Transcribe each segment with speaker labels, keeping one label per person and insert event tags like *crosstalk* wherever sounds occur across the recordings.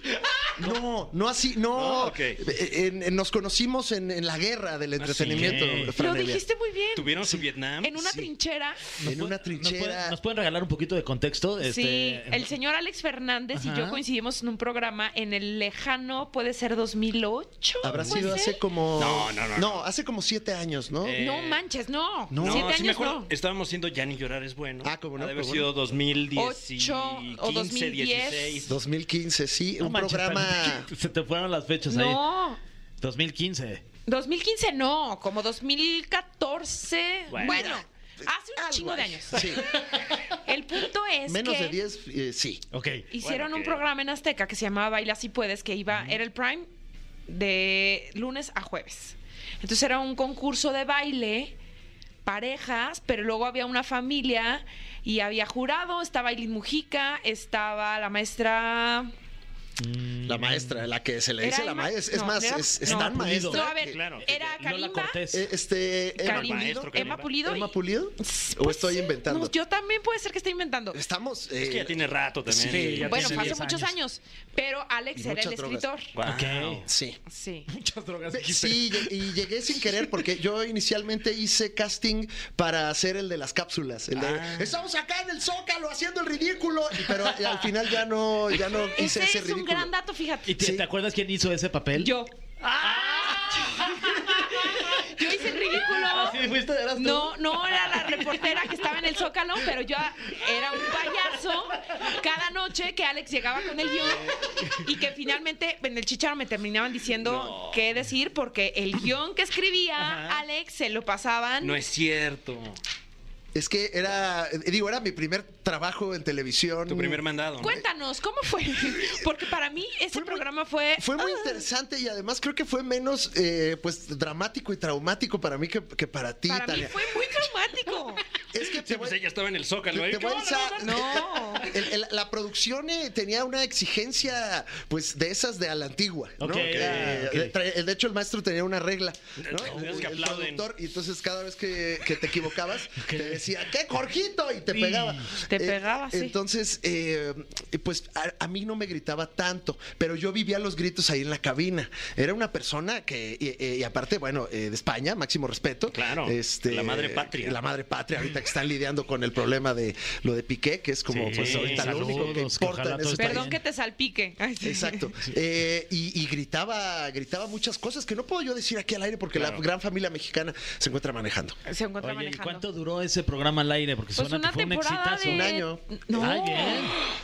Speaker 1: No, no así, no.
Speaker 2: No, ok. Ah,
Speaker 1: Eh, en- en- nos conocimos en, en la guerra del entretenimiento.
Speaker 2: que-
Speaker 1: Fran
Speaker 3: Lo
Speaker 1: Evia.
Speaker 3: dijiste muy bien.
Speaker 2: Tuvieron su Vietnam.
Speaker 3: En una trinchera.
Speaker 1: En una
Speaker 4: ¿Nos pueden,
Speaker 1: trinchera.
Speaker 4: nos pueden regalar un poquito de contexto?
Speaker 3: sí,
Speaker 4: Este,
Speaker 3: el señor Alex Fernández y yo coincidimos en un programa en el lejano, puede ser 2008.
Speaker 1: Habrá
Speaker 3: ¿puede
Speaker 1: sido
Speaker 3: ser?
Speaker 1: hace como.
Speaker 2: No, no, no, no.
Speaker 1: No, hace como siete años, ¿no?
Speaker 2: Eh,
Speaker 3: No manches, no.
Speaker 1: No.
Speaker 3: Siete
Speaker 2: No,
Speaker 3: años
Speaker 2: sí me acuerdo.
Speaker 3: no.
Speaker 2: Estábamos siendo Ya ni llorar es bueno.
Speaker 1: Ah, cómo no,
Speaker 2: Ha de haber
Speaker 1: cómo
Speaker 2: sido
Speaker 1: no.
Speaker 2: 2010
Speaker 3: Ocho o 2010.
Speaker 2: 16.
Speaker 1: 2015, sí,
Speaker 4: no
Speaker 1: un
Speaker 4: manches,
Speaker 1: programa.
Speaker 4: Fran, *laughs* Se te fueron las fechas
Speaker 1: Pues
Speaker 4: ahí.
Speaker 3: No.
Speaker 4: 2015.
Speaker 3: 2015 no, como 2014.
Speaker 2: Bueno.
Speaker 3: Bueno, hace un chingo de años.
Speaker 1: Sí,
Speaker 3: El punto es
Speaker 1: *laughs* menos
Speaker 3: que
Speaker 1: de 10, eh, sí.
Speaker 4: Ok.
Speaker 3: hicieron
Speaker 2: Bueno,
Speaker 3: un
Speaker 2: que-
Speaker 3: programa en Azteca que se llamaba Baila si puedes, que iba era el Prime de lunes a jueves. Entonces era un concurso de baile parejas, pero luego había una familia y había jurado, estaba Aileen Mujica, estaba la maestra
Speaker 2: Mm.
Speaker 1: La maestra, la que se le dice
Speaker 3: Era
Speaker 1: la
Speaker 3: Ima-
Speaker 1: maestra. Es
Speaker 3: no,
Speaker 1: más,
Speaker 3: era-
Speaker 1: es, es
Speaker 3: no,
Speaker 1: tan
Speaker 4: Pulido.
Speaker 1: maestra.
Speaker 3: No, a ver,
Speaker 1: que-
Speaker 2: Claro.
Speaker 3: era
Speaker 4: Lola
Speaker 3: Kalimba,
Speaker 4: Cortés.
Speaker 1: eh, Este, Emma
Speaker 3: Kalimba,
Speaker 1: Pulido.
Speaker 2: Maestro Kalimba.
Speaker 3: Emma Pulido y-
Speaker 1: ¿Emma Pulido? ¿O
Speaker 3: Pues,
Speaker 1: estoy inventando?
Speaker 3: no, yo también puede ser que esté inventando.
Speaker 1: Estamos.
Speaker 2: Es que
Speaker 1: eh,
Speaker 2: ya tiene rato también.
Speaker 1: Sí, ya
Speaker 3: Bueno,
Speaker 4: Hace
Speaker 3: fue hace
Speaker 4: 10
Speaker 3: muchos años, pero Alex
Speaker 1: Y
Speaker 3: era el
Speaker 1: muchas drogas.
Speaker 3: escritor.
Speaker 2: Wow.
Speaker 4: Ok.
Speaker 1: Sí.
Speaker 3: Sí.
Speaker 4: Muchas drogas.
Speaker 1: Sí, lle- y llegué sin querer porque yo inicialmente hice casting para hacer el de las cápsulas. el de,
Speaker 2: Ah.
Speaker 1: Estamos acá en el Zócalo haciendo el ridículo. y- Pero al final ya no, ya no
Speaker 3: Ese,
Speaker 1: hice ese,
Speaker 3: es un
Speaker 1: ridículo.
Speaker 3: gran dato,
Speaker 4: ¿Y
Speaker 3: fíjate.
Speaker 4: te, te acuerdas quién hizo ese papel?
Speaker 3: Yo. *laughs* Yo hice el ridículo.
Speaker 4: Ah. ¿Sí fuiste? ¿Eras tú?
Speaker 3: No, no era la reportera que estaba en el Zócalo, pero yo era un payaso cada noche que Alex llegaba con el guión y que finalmente en el chicharo me terminaban diciendo qué decir porque el guión que escribía Alex se lo pasaban.
Speaker 2: No es cierto.
Speaker 1: Es que era, eh, digo, era mi primer trabajo en televisión.
Speaker 2: Tu primer mandado. ¿no?
Speaker 3: Cuéntanos, ¿cómo fue? Porque para mí ese
Speaker 1: Fue muy-
Speaker 3: programa fue...
Speaker 1: Fue muy
Speaker 3: Ah.
Speaker 1: interesante y además creo que fue menos eh, pues dramático y traumático para mí que, que para ti,
Speaker 3: Para mí
Speaker 1: Tania.
Speaker 3: fue muy traumático.
Speaker 1: Es que te
Speaker 2: Sí,
Speaker 1: voy-
Speaker 2: pues ella estaba en el zócalo. ahí.
Speaker 1: te voy a
Speaker 2: ¿Qué onda?
Speaker 1: esa-
Speaker 3: No.
Speaker 2: *laughs*
Speaker 1: el- el- la producción eh, tenía una exigencia, pues, de esas de a la antigua. ¿no?
Speaker 2: Ok,
Speaker 1: Que,
Speaker 2: ok.
Speaker 1: eh, trae- de hecho, el maestro tenía una regla. ¿no?
Speaker 2: Es que
Speaker 1: El
Speaker 2: aplauden.
Speaker 1: productor, y entonces cada vez que, que
Speaker 2: *laughs*
Speaker 1: te equivocabas, te decía, ¿qué, Jorgito? Y te pegaba. Eh,
Speaker 3: Te pegaba, sí.
Speaker 1: Entonces, eh, pues a, a mí no me gritaba tanto, pero yo vivía los gritos ahí en la cabina. Era una persona que, y, y- y aparte, bueno, eh, de España, máximo respeto.
Speaker 2: Claro, la madre patria.
Speaker 1: Este, La madre patria, ahorita que están lidiando con el problema de lo de Piqué, que es como
Speaker 2: Sí,
Speaker 1: pues ahorita lo único que
Speaker 4: saludos, que
Speaker 1: importa
Speaker 4: ojalá
Speaker 1: en
Speaker 4: todo
Speaker 1: esos
Speaker 4: esté
Speaker 1: países.
Speaker 3: *laughs* Perdón que te salpique. Ay, sí.
Speaker 1: Exacto. Eh, y, y gritaba, gritaba muchas cosas que no puedo yo decir aquí al aire porque la
Speaker 2: Claro.
Speaker 1: gran familia mexicana se encuentra manejando.
Speaker 3: Se encuentra
Speaker 4: Oye, ¿y
Speaker 3: manejando.
Speaker 4: cuánto duró ese programa al aire? Porque
Speaker 3: Pues
Speaker 4: suena
Speaker 3: una
Speaker 4: que fue un
Speaker 3: temporada
Speaker 4: exitazo.
Speaker 3: de-
Speaker 1: Un año.
Speaker 3: No.
Speaker 4: Ay, bien.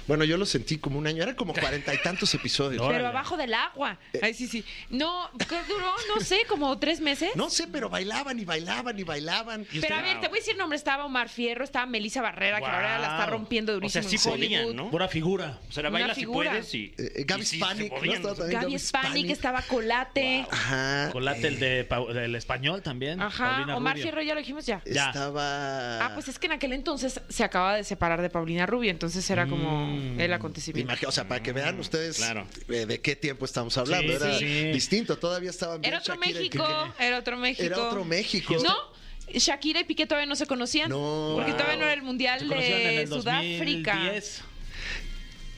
Speaker 1: Bueno, yo lo sentí como un año,
Speaker 2: *laughs*
Speaker 1: eran como cuarenta y tantos episodios.
Speaker 4: Órale.
Speaker 3: Pero abajo del agua.
Speaker 1: Eh.
Speaker 3: Ay, sí, sí. No, ¿qué duró? No sé, como tres meses.
Speaker 1: No sé, pero bailaban y bailaban y bailaban.
Speaker 3: Pero a ver, te voy a decir nombres. Estaba Omar Fierro, estaba Melissa Barrera, que
Speaker 2: Wow.
Speaker 3: ahora la está rompiendo
Speaker 2: O sea,
Speaker 3: durísimo.
Speaker 2: sí
Speaker 3: en Hollywood.
Speaker 2: podían, ¿no?
Speaker 4: Pura figura.
Speaker 2: O sea, Pues, era
Speaker 3: Una
Speaker 2: baila si
Speaker 3: figura.
Speaker 2: puedes y.
Speaker 1: Eh, eh, Gaby
Speaker 2: y sí, se
Speaker 1: Hispanic, ¿no?
Speaker 2: movían.
Speaker 1: Estaba también
Speaker 3: Gaby Spanik,
Speaker 1: Spanik.
Speaker 3: estaba Colate.
Speaker 1: Ajá.
Speaker 4: Colate, el,
Speaker 1: eh,
Speaker 4: de, Pau- el español también.
Speaker 3: Ajá.
Speaker 4: Paulina
Speaker 3: Omar
Speaker 4: Rubio.
Speaker 3: Fierro ya lo dijimos ya.
Speaker 4: Ya.
Speaker 1: Estaba.
Speaker 3: Ah, pues es que en aquel entonces se acaba de separar de Paulina Rubio, entonces era como el acontecimiento.
Speaker 1: Imagi- o sea, para que vean ustedes
Speaker 2: claro.
Speaker 1: eh, de qué tiempo estamos hablando.
Speaker 4: Mm, Sí,
Speaker 1: era
Speaker 4: sí.
Speaker 1: distinto, todavía estaban bien
Speaker 3: Era otro
Speaker 1: Shakira y
Speaker 3: México,
Speaker 1: Piqué.
Speaker 3: era otro México.
Speaker 1: Era otro México.
Speaker 3: No, Shakira y Piqué todavía no se conocían.
Speaker 1: No.
Speaker 3: Porque
Speaker 1: Wow.
Speaker 3: todavía no era el Mundial
Speaker 4: Se conocieron en
Speaker 3: de
Speaker 4: el
Speaker 3: Sudáfrica.
Speaker 4: 2010.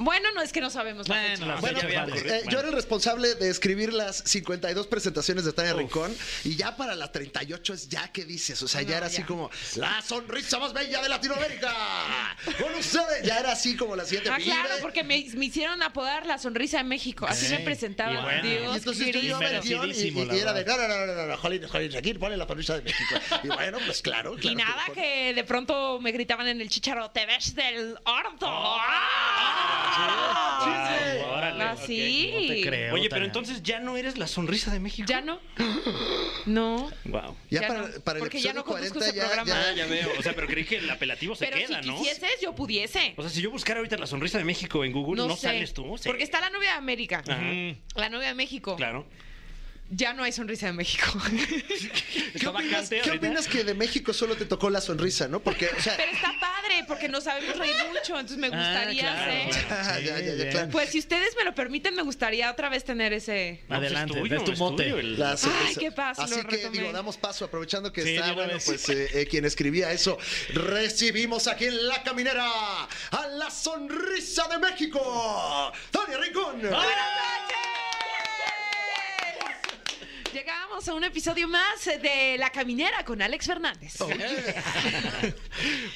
Speaker 3: Bueno, no es que no sabemos la
Speaker 4: Bueno,
Speaker 3: fecha.
Speaker 4: la
Speaker 1: Bueno,
Speaker 4: fecha
Speaker 1: eh,
Speaker 4: es válida.
Speaker 1: eh, yo era el responsable de escribir las 52 presentaciones de Tania Rincón y ya para la 38 es ya que dices, o sea, ya
Speaker 3: No,
Speaker 1: era así
Speaker 3: ya.
Speaker 1: como la sonrisa más bella
Speaker 3: *laughs*
Speaker 1: de Latinoamérica. Con ustedes ya era así como la siguiente.
Speaker 3: Ah,
Speaker 1: Vive.
Speaker 3: claro, porque me, me hicieron apodar la sonrisa de México. Así me presentaba.
Speaker 4: Y bueno.
Speaker 1: Y
Speaker 3: Dios
Speaker 1: entonces yo
Speaker 3: querido.
Speaker 1: llevaba el guión y,
Speaker 4: merecidísimo,
Speaker 1: y-
Speaker 4: la
Speaker 1: y era de
Speaker 4: verdad.
Speaker 1: no, no, no, no, no, no, Jolín, Jolín, aquí ponle la sonrisa de México. Y bueno, pues claro, claro.
Speaker 3: Y nada,
Speaker 1: pon-
Speaker 3: que de pronto me gritaban en el chicharo, te ves del orto.
Speaker 2: Ah,
Speaker 3: ¡Ah!
Speaker 2: Oh. sí. Órale, ok.
Speaker 3: Así.
Speaker 4: No te creo.
Speaker 2: Oye, pero
Speaker 4: Tania.
Speaker 2: entonces ya no eres la sonrisa de México.
Speaker 3: ¿Ya no? No.
Speaker 2: Wow.
Speaker 1: Ya,
Speaker 3: ya
Speaker 1: para,
Speaker 3: no,
Speaker 1: para el
Speaker 3: porque ya
Speaker 1: episodio
Speaker 3: no conduzco
Speaker 1: 40
Speaker 3: ese
Speaker 1: ya,
Speaker 3: programa.
Speaker 4: Ah,
Speaker 1: ya-
Speaker 2: ya veo. O sea, pero creí que el apelativo se
Speaker 3: Pero
Speaker 2: queda,
Speaker 3: si
Speaker 2: ¿no?
Speaker 3: quisieses, yo pudiese.
Speaker 2: O sea, si yo buscara ahorita la sonrisa de México en Google, no,
Speaker 3: sé.
Speaker 2: sales tú. Sí.
Speaker 3: Porque está la novia de América.
Speaker 2: Ajá.
Speaker 3: La novia de México.
Speaker 2: Claro.
Speaker 3: Ya no hay sonrisa de México. *laughs*
Speaker 1: ¿Qué
Speaker 2: Está
Speaker 1: opinas,
Speaker 2: vacante
Speaker 1: qué
Speaker 2: ahorita.
Speaker 1: opinas que de México solo te tocó la sonrisa, no? Porque, o sea,
Speaker 3: Pero está padre, porque nos sabemos reír mucho. Entonces me gustaría
Speaker 4: Ah, claro,
Speaker 3: hacer-
Speaker 1: Ah,
Speaker 4: claro.
Speaker 1: *laughs* ya, ya, ya,
Speaker 4: bien.
Speaker 1: claro.
Speaker 3: Pues si ustedes me lo permiten, me gustaría otra vez tener ese.
Speaker 2: No, pues
Speaker 4: Adelante,
Speaker 2: es tuyo,
Speaker 4: es tu
Speaker 2: es
Speaker 4: mote.
Speaker 2: tuyo el-
Speaker 1: la sonrisa.
Speaker 3: Ay, qué paz,
Speaker 1: Así
Speaker 3: lo
Speaker 1: que
Speaker 3: retomé.
Speaker 1: digo, damos paso, aprovechando que
Speaker 4: Sí, de
Speaker 1: está,
Speaker 4: una
Speaker 1: bueno,
Speaker 4: vez.
Speaker 1: pues eh, eh, quien escribía eso. Recibimos aquí en La Caminera a la sonrisa de México, Tania Rincón.
Speaker 3: Llegamos a un episodio más de La Caminera con Alex Fernández.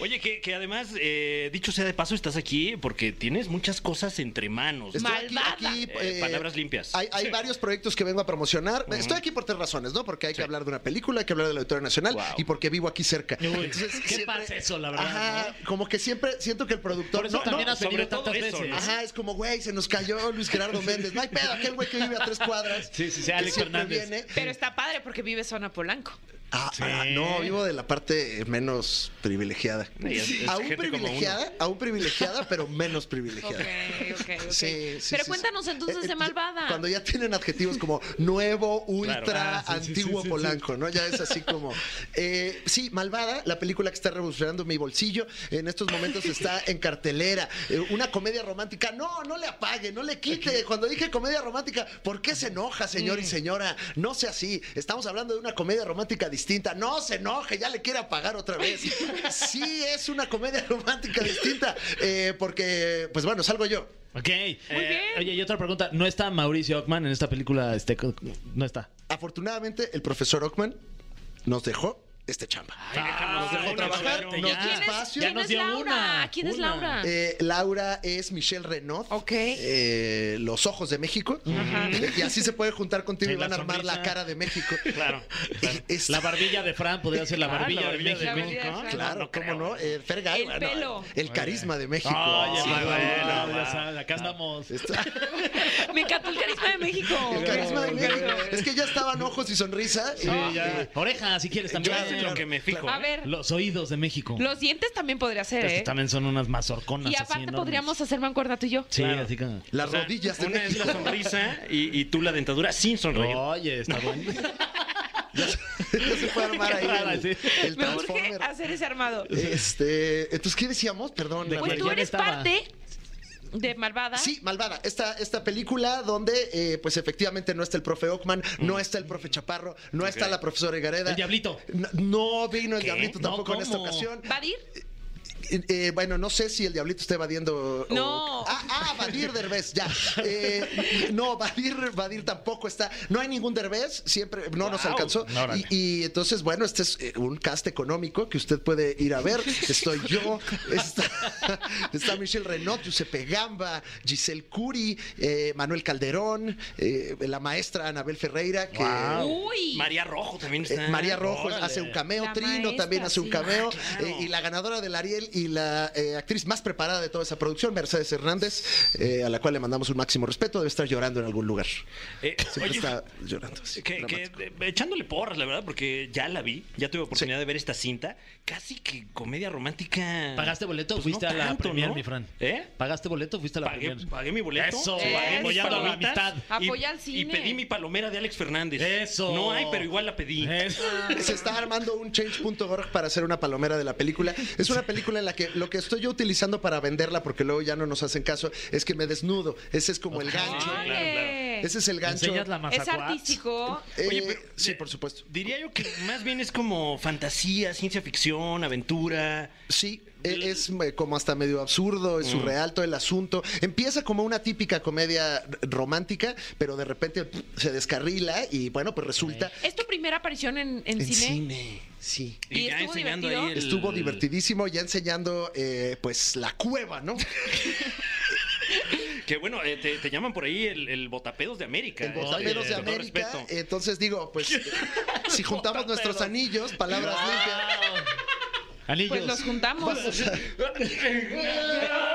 Speaker 2: Oye, que, que además, eh, dicho sea de paso, estás aquí porque tienes muchas cosas entre manos.
Speaker 1: Estoy
Speaker 2: ¿no?
Speaker 1: aquí-
Speaker 3: Malvada.
Speaker 1: aquí,
Speaker 2: Eh, palabras limpias.
Speaker 1: Hay, hay varios proyectos que vengo a promocionar. Estoy aquí por tres razones, ¿no? Porque hay que hablar de una película, hay que hablar de la Auditoria Nacional
Speaker 2: Wow.
Speaker 1: y porque vivo aquí cerca.
Speaker 4: Uy, ¿Qué pasa eso, la verdad?
Speaker 1: Ajá,
Speaker 4: no?
Speaker 1: como que siempre siento que el productor
Speaker 4: Por eso
Speaker 1: no,
Speaker 4: también
Speaker 1: no,
Speaker 4: has venido
Speaker 2: sobre todo
Speaker 4: tantas
Speaker 2: eso,
Speaker 4: veces.
Speaker 2: ¿no?
Speaker 1: Ajá, es como, güey, se nos cayó Luis Gerardo Méndez. No hay pedo, aquel güey que vive a tres cuadras.
Speaker 4: Sí, sí, sí,
Speaker 1: que
Speaker 4: Alex
Speaker 1: siempre
Speaker 4: Fernández.
Speaker 3: Pero está padre porque vive zona Polanco.
Speaker 1: Ah, ah, no, vivo de la parte menos privilegiada.
Speaker 2: Sí, es- es
Speaker 1: aún
Speaker 2: gente como
Speaker 1: privilegiada, aún privilegiada, pero menos
Speaker 3: Ok,
Speaker 1: privilegiada.
Speaker 3: ok, ok.
Speaker 1: Sí, sí,
Speaker 3: Pero
Speaker 1: sí,
Speaker 3: cuéntanos
Speaker 1: sí.
Speaker 3: entonces
Speaker 1: Eh,
Speaker 3: de
Speaker 1: eh,
Speaker 3: Malvada.
Speaker 1: Cuando ya tienen adjetivos como nuevo, ultra,
Speaker 4: Claro. Ah, sí, sí,
Speaker 1: antiguo
Speaker 4: sí, sí,
Speaker 1: polanco, ¿no? Ya es así como. eh, sí, Malvada, la película que está revolucionando mi bolsillo, en estos momentos está en cartelera. Eh, una comedia romántica. No, no le apague, no le quite. Cuando dije comedia romántica, ¿por qué se enoja, señor
Speaker 3: Mm.
Speaker 1: y señora? No sea así. Estamos hablando de una comedia romántica distinta. No se enoje, ya le quiere apagar otra vez. Sí, es una comedia *laughs* romántica distinta. eh, porque, pues bueno, salgo yo.
Speaker 4: Ok. Eh,
Speaker 3: bien.
Speaker 4: Oye, y otra pregunta. ¿No está Mauricio Ockman en esta película? Este, co- no está.
Speaker 1: Afortunadamente, el profesor Ockman nos dejó este chamba.
Speaker 2: Ah,
Speaker 4: nos dejó
Speaker 1: trabajar, nos
Speaker 3: ¿Quién es,
Speaker 1: espacio.
Speaker 3: quién
Speaker 4: Ya nos
Speaker 3: es
Speaker 4: dio
Speaker 3: Laura?
Speaker 4: una,
Speaker 3: ¿Quién es
Speaker 4: una.
Speaker 3: Laura?
Speaker 1: Eh, Laura es Michelle Renaud.
Speaker 3: Ah. Ok.
Speaker 1: Eh, los ojos de México. Eh, Y así se puede juntar contigo y
Speaker 4: Y la
Speaker 1: van a armar
Speaker 4: sonrisa.
Speaker 1: la cara de México.
Speaker 2: *laughs* Claro, claro.
Speaker 1: *laughs* Es-
Speaker 4: La barbilla de Fran podría ser la
Speaker 2: Ah,
Speaker 4: barbilla,
Speaker 2: la barbilla
Speaker 4: de
Speaker 2: de
Speaker 4: México.
Speaker 3: México. Fran.
Speaker 1: Claro,
Speaker 2: No, no
Speaker 1: cómo
Speaker 2: creo.
Speaker 1: no. Eh, Fer Guy,
Speaker 3: El
Speaker 1: bueno,
Speaker 3: pelo.
Speaker 1: El carisma de México.
Speaker 4: Oye,
Speaker 1: Sí,
Speaker 4: pues,
Speaker 2: bueno,
Speaker 4: bueno, ya
Speaker 2: va.
Speaker 4: sabes, acá
Speaker 3: *laughs*
Speaker 4: andamos.
Speaker 1: está-
Speaker 3: Me encantó el carisma de México.
Speaker 1: el carisma de México. Es que ya estaban ojos y sonrisa.
Speaker 4: Sí, ya. Orejas, si quieres
Speaker 2: Yo
Speaker 4: también.
Speaker 2: es en lo que me fijo.
Speaker 3: A
Speaker 2: ¿eh?
Speaker 3: ver,
Speaker 4: Los oídos de México.
Speaker 3: los dientes también podría ser,
Speaker 4: Es que
Speaker 3: ¿eh?
Speaker 4: también son unas mazorconas.
Speaker 3: Y
Speaker 4: así
Speaker 3: aparte
Speaker 4: enormes.
Speaker 3: podríamos hacer mancuerna tú y yo.
Speaker 4: Sí,
Speaker 2: Claro.
Speaker 4: así que.
Speaker 1: Las
Speaker 2: O sea,
Speaker 1: rodillas de
Speaker 2: Una
Speaker 1: México.
Speaker 2: es la sonrisa y, y tú la dentadura sin sonreír.
Speaker 4: Oye, está bueno.
Speaker 1: Ya se, *laughs* ya se puede armar ahí
Speaker 4: rara,
Speaker 1: el,
Speaker 4: sí.
Speaker 1: el
Speaker 3: Me urge
Speaker 1: Transformer.
Speaker 3: hacer ese armado.
Speaker 1: Este, entonces, ¿qué decíamos? Perdón.
Speaker 4: De
Speaker 1: la
Speaker 4: que-
Speaker 3: Pues
Speaker 1: verdad.
Speaker 3: tú
Speaker 4: ya
Speaker 3: eres
Speaker 4: estaba.
Speaker 3: parte de Malvada.
Speaker 1: Sí, Malvada, esta, esta película donde eh, pues efectivamente no está el profe Ockman, no está el profe Chaparro, no está la profesora Higareda.
Speaker 4: El Diablito.
Speaker 1: No, no vino el
Speaker 4: ¿Qué?
Speaker 1: Diablito
Speaker 4: No,
Speaker 1: tampoco en esta
Speaker 4: ¿cómo?
Speaker 1: ocasión.
Speaker 3: ¿Va a ir?
Speaker 1: Eh, eh, bueno, no sé si el diablito está evadiendo. o-
Speaker 3: No.
Speaker 1: Ah, ah, Vadir Derbez, ya. Eh, no, Vadir, Vadir tampoco está. No hay ningún Derbez, siempre no nos
Speaker 2: Wow.
Speaker 1: alcanzó.
Speaker 2: Órale.
Speaker 1: Y, y entonces, bueno, este es eh, un cast económico que usted puede ir a ver. Estoy yo, está, *laughs* está Michelle Renaud, Giuseppe Gamba, Giselle Curi, eh, Manuel Calderón, eh, la maestra Anabel Ferreira, que.
Speaker 3: Uy.
Speaker 2: María Rojo también
Speaker 1: Eh,
Speaker 2: está.
Speaker 1: María Rojo
Speaker 2: Órale.
Speaker 1: hace un cameo,
Speaker 3: La
Speaker 1: Trino
Speaker 3: maestra,
Speaker 1: también hace un
Speaker 3: sí.
Speaker 1: cameo,
Speaker 2: Ah, claro.
Speaker 1: eh, y la ganadora del Ariel y la eh, actriz más preparada de toda esa producción, Mercedes Hernández, eh, a la cual le mandamos un máximo respeto, debe estar llorando en algún lugar.
Speaker 2: Eh,
Speaker 1: Siempre
Speaker 2: oye,
Speaker 1: está llorando. sí,
Speaker 2: que- que,
Speaker 1: dramático.
Speaker 2: eh, echándole porras, la verdad, porque ya la vi, ya tuve oportunidad de ver esta cinta. Casi que comedia romántica.
Speaker 4: ¿Pagaste boleto o
Speaker 2: Pues
Speaker 4: fuiste
Speaker 2: no
Speaker 4: a la
Speaker 2: tanto,
Speaker 4: premier,
Speaker 2: ¿no?
Speaker 4: mi Fran?
Speaker 2: ¿Eh?
Speaker 4: ¿Pagaste boleto o fuiste a la
Speaker 2: Pagué,
Speaker 4: premier?
Speaker 2: pagué mi boleto.
Speaker 4: Eso, eh,
Speaker 2: pagué mis
Speaker 3: apoyando la
Speaker 2: palomitas
Speaker 4: amistad.
Speaker 2: y-
Speaker 3: Apoya al
Speaker 2: Y
Speaker 3: cine.
Speaker 2: pedí mi palomera de Alex Fernández.
Speaker 4: Eso.
Speaker 2: No hay, pero igual la pedí.
Speaker 4: Eso.
Speaker 1: Se está armando un change.org para hacer una palomera de la película. Es una película en la que lo que estoy yo utilizando para venderla, porque luego ya no nos hacen caso, es que me desnudo. Ese es como el gancho.
Speaker 2: claro,
Speaker 3: Órale.
Speaker 1: Ese es el gancho.
Speaker 4: ¿Enseñas la
Speaker 3: Es
Speaker 4: mazacuat?
Speaker 3: artístico.
Speaker 1: Eh,
Speaker 2: Oye, pero-
Speaker 1: sí, por supuesto.
Speaker 2: Diría yo que más bien es como fantasía, ciencia ficción, aventura.
Speaker 1: Sí, e- es eh, como hasta medio absurdo,
Speaker 2: Mm.
Speaker 1: es surreal todo el asunto. Empieza como una típica comedia r- romántica, pero de repente pff, se descarrila y bueno, pues resulta
Speaker 3: ¿Es tu primera aparición en, en
Speaker 1: en
Speaker 3: cine?
Speaker 1: cine. Sí.
Speaker 3: ¿Y estuvo divertido?
Speaker 2: el-
Speaker 1: Estuvo divertidísimo ya enseñando eh, pues la
Speaker 2: *laughs*
Speaker 1: cueva, ¿no?
Speaker 2: Que bueno, eh, te, te llaman por ahí el, el Botapedos de América.
Speaker 1: El
Speaker 2: eh,
Speaker 1: botaneros
Speaker 2: oye,
Speaker 1: de
Speaker 2: con todo
Speaker 1: América.
Speaker 2: respeto.
Speaker 1: Entonces digo,
Speaker 2: *laughs*
Speaker 1: pues si juntamos nuestros anillos, palabras
Speaker 2: *laughs*
Speaker 1: limpias.
Speaker 4: Anillos.
Speaker 3: Pues los juntamos.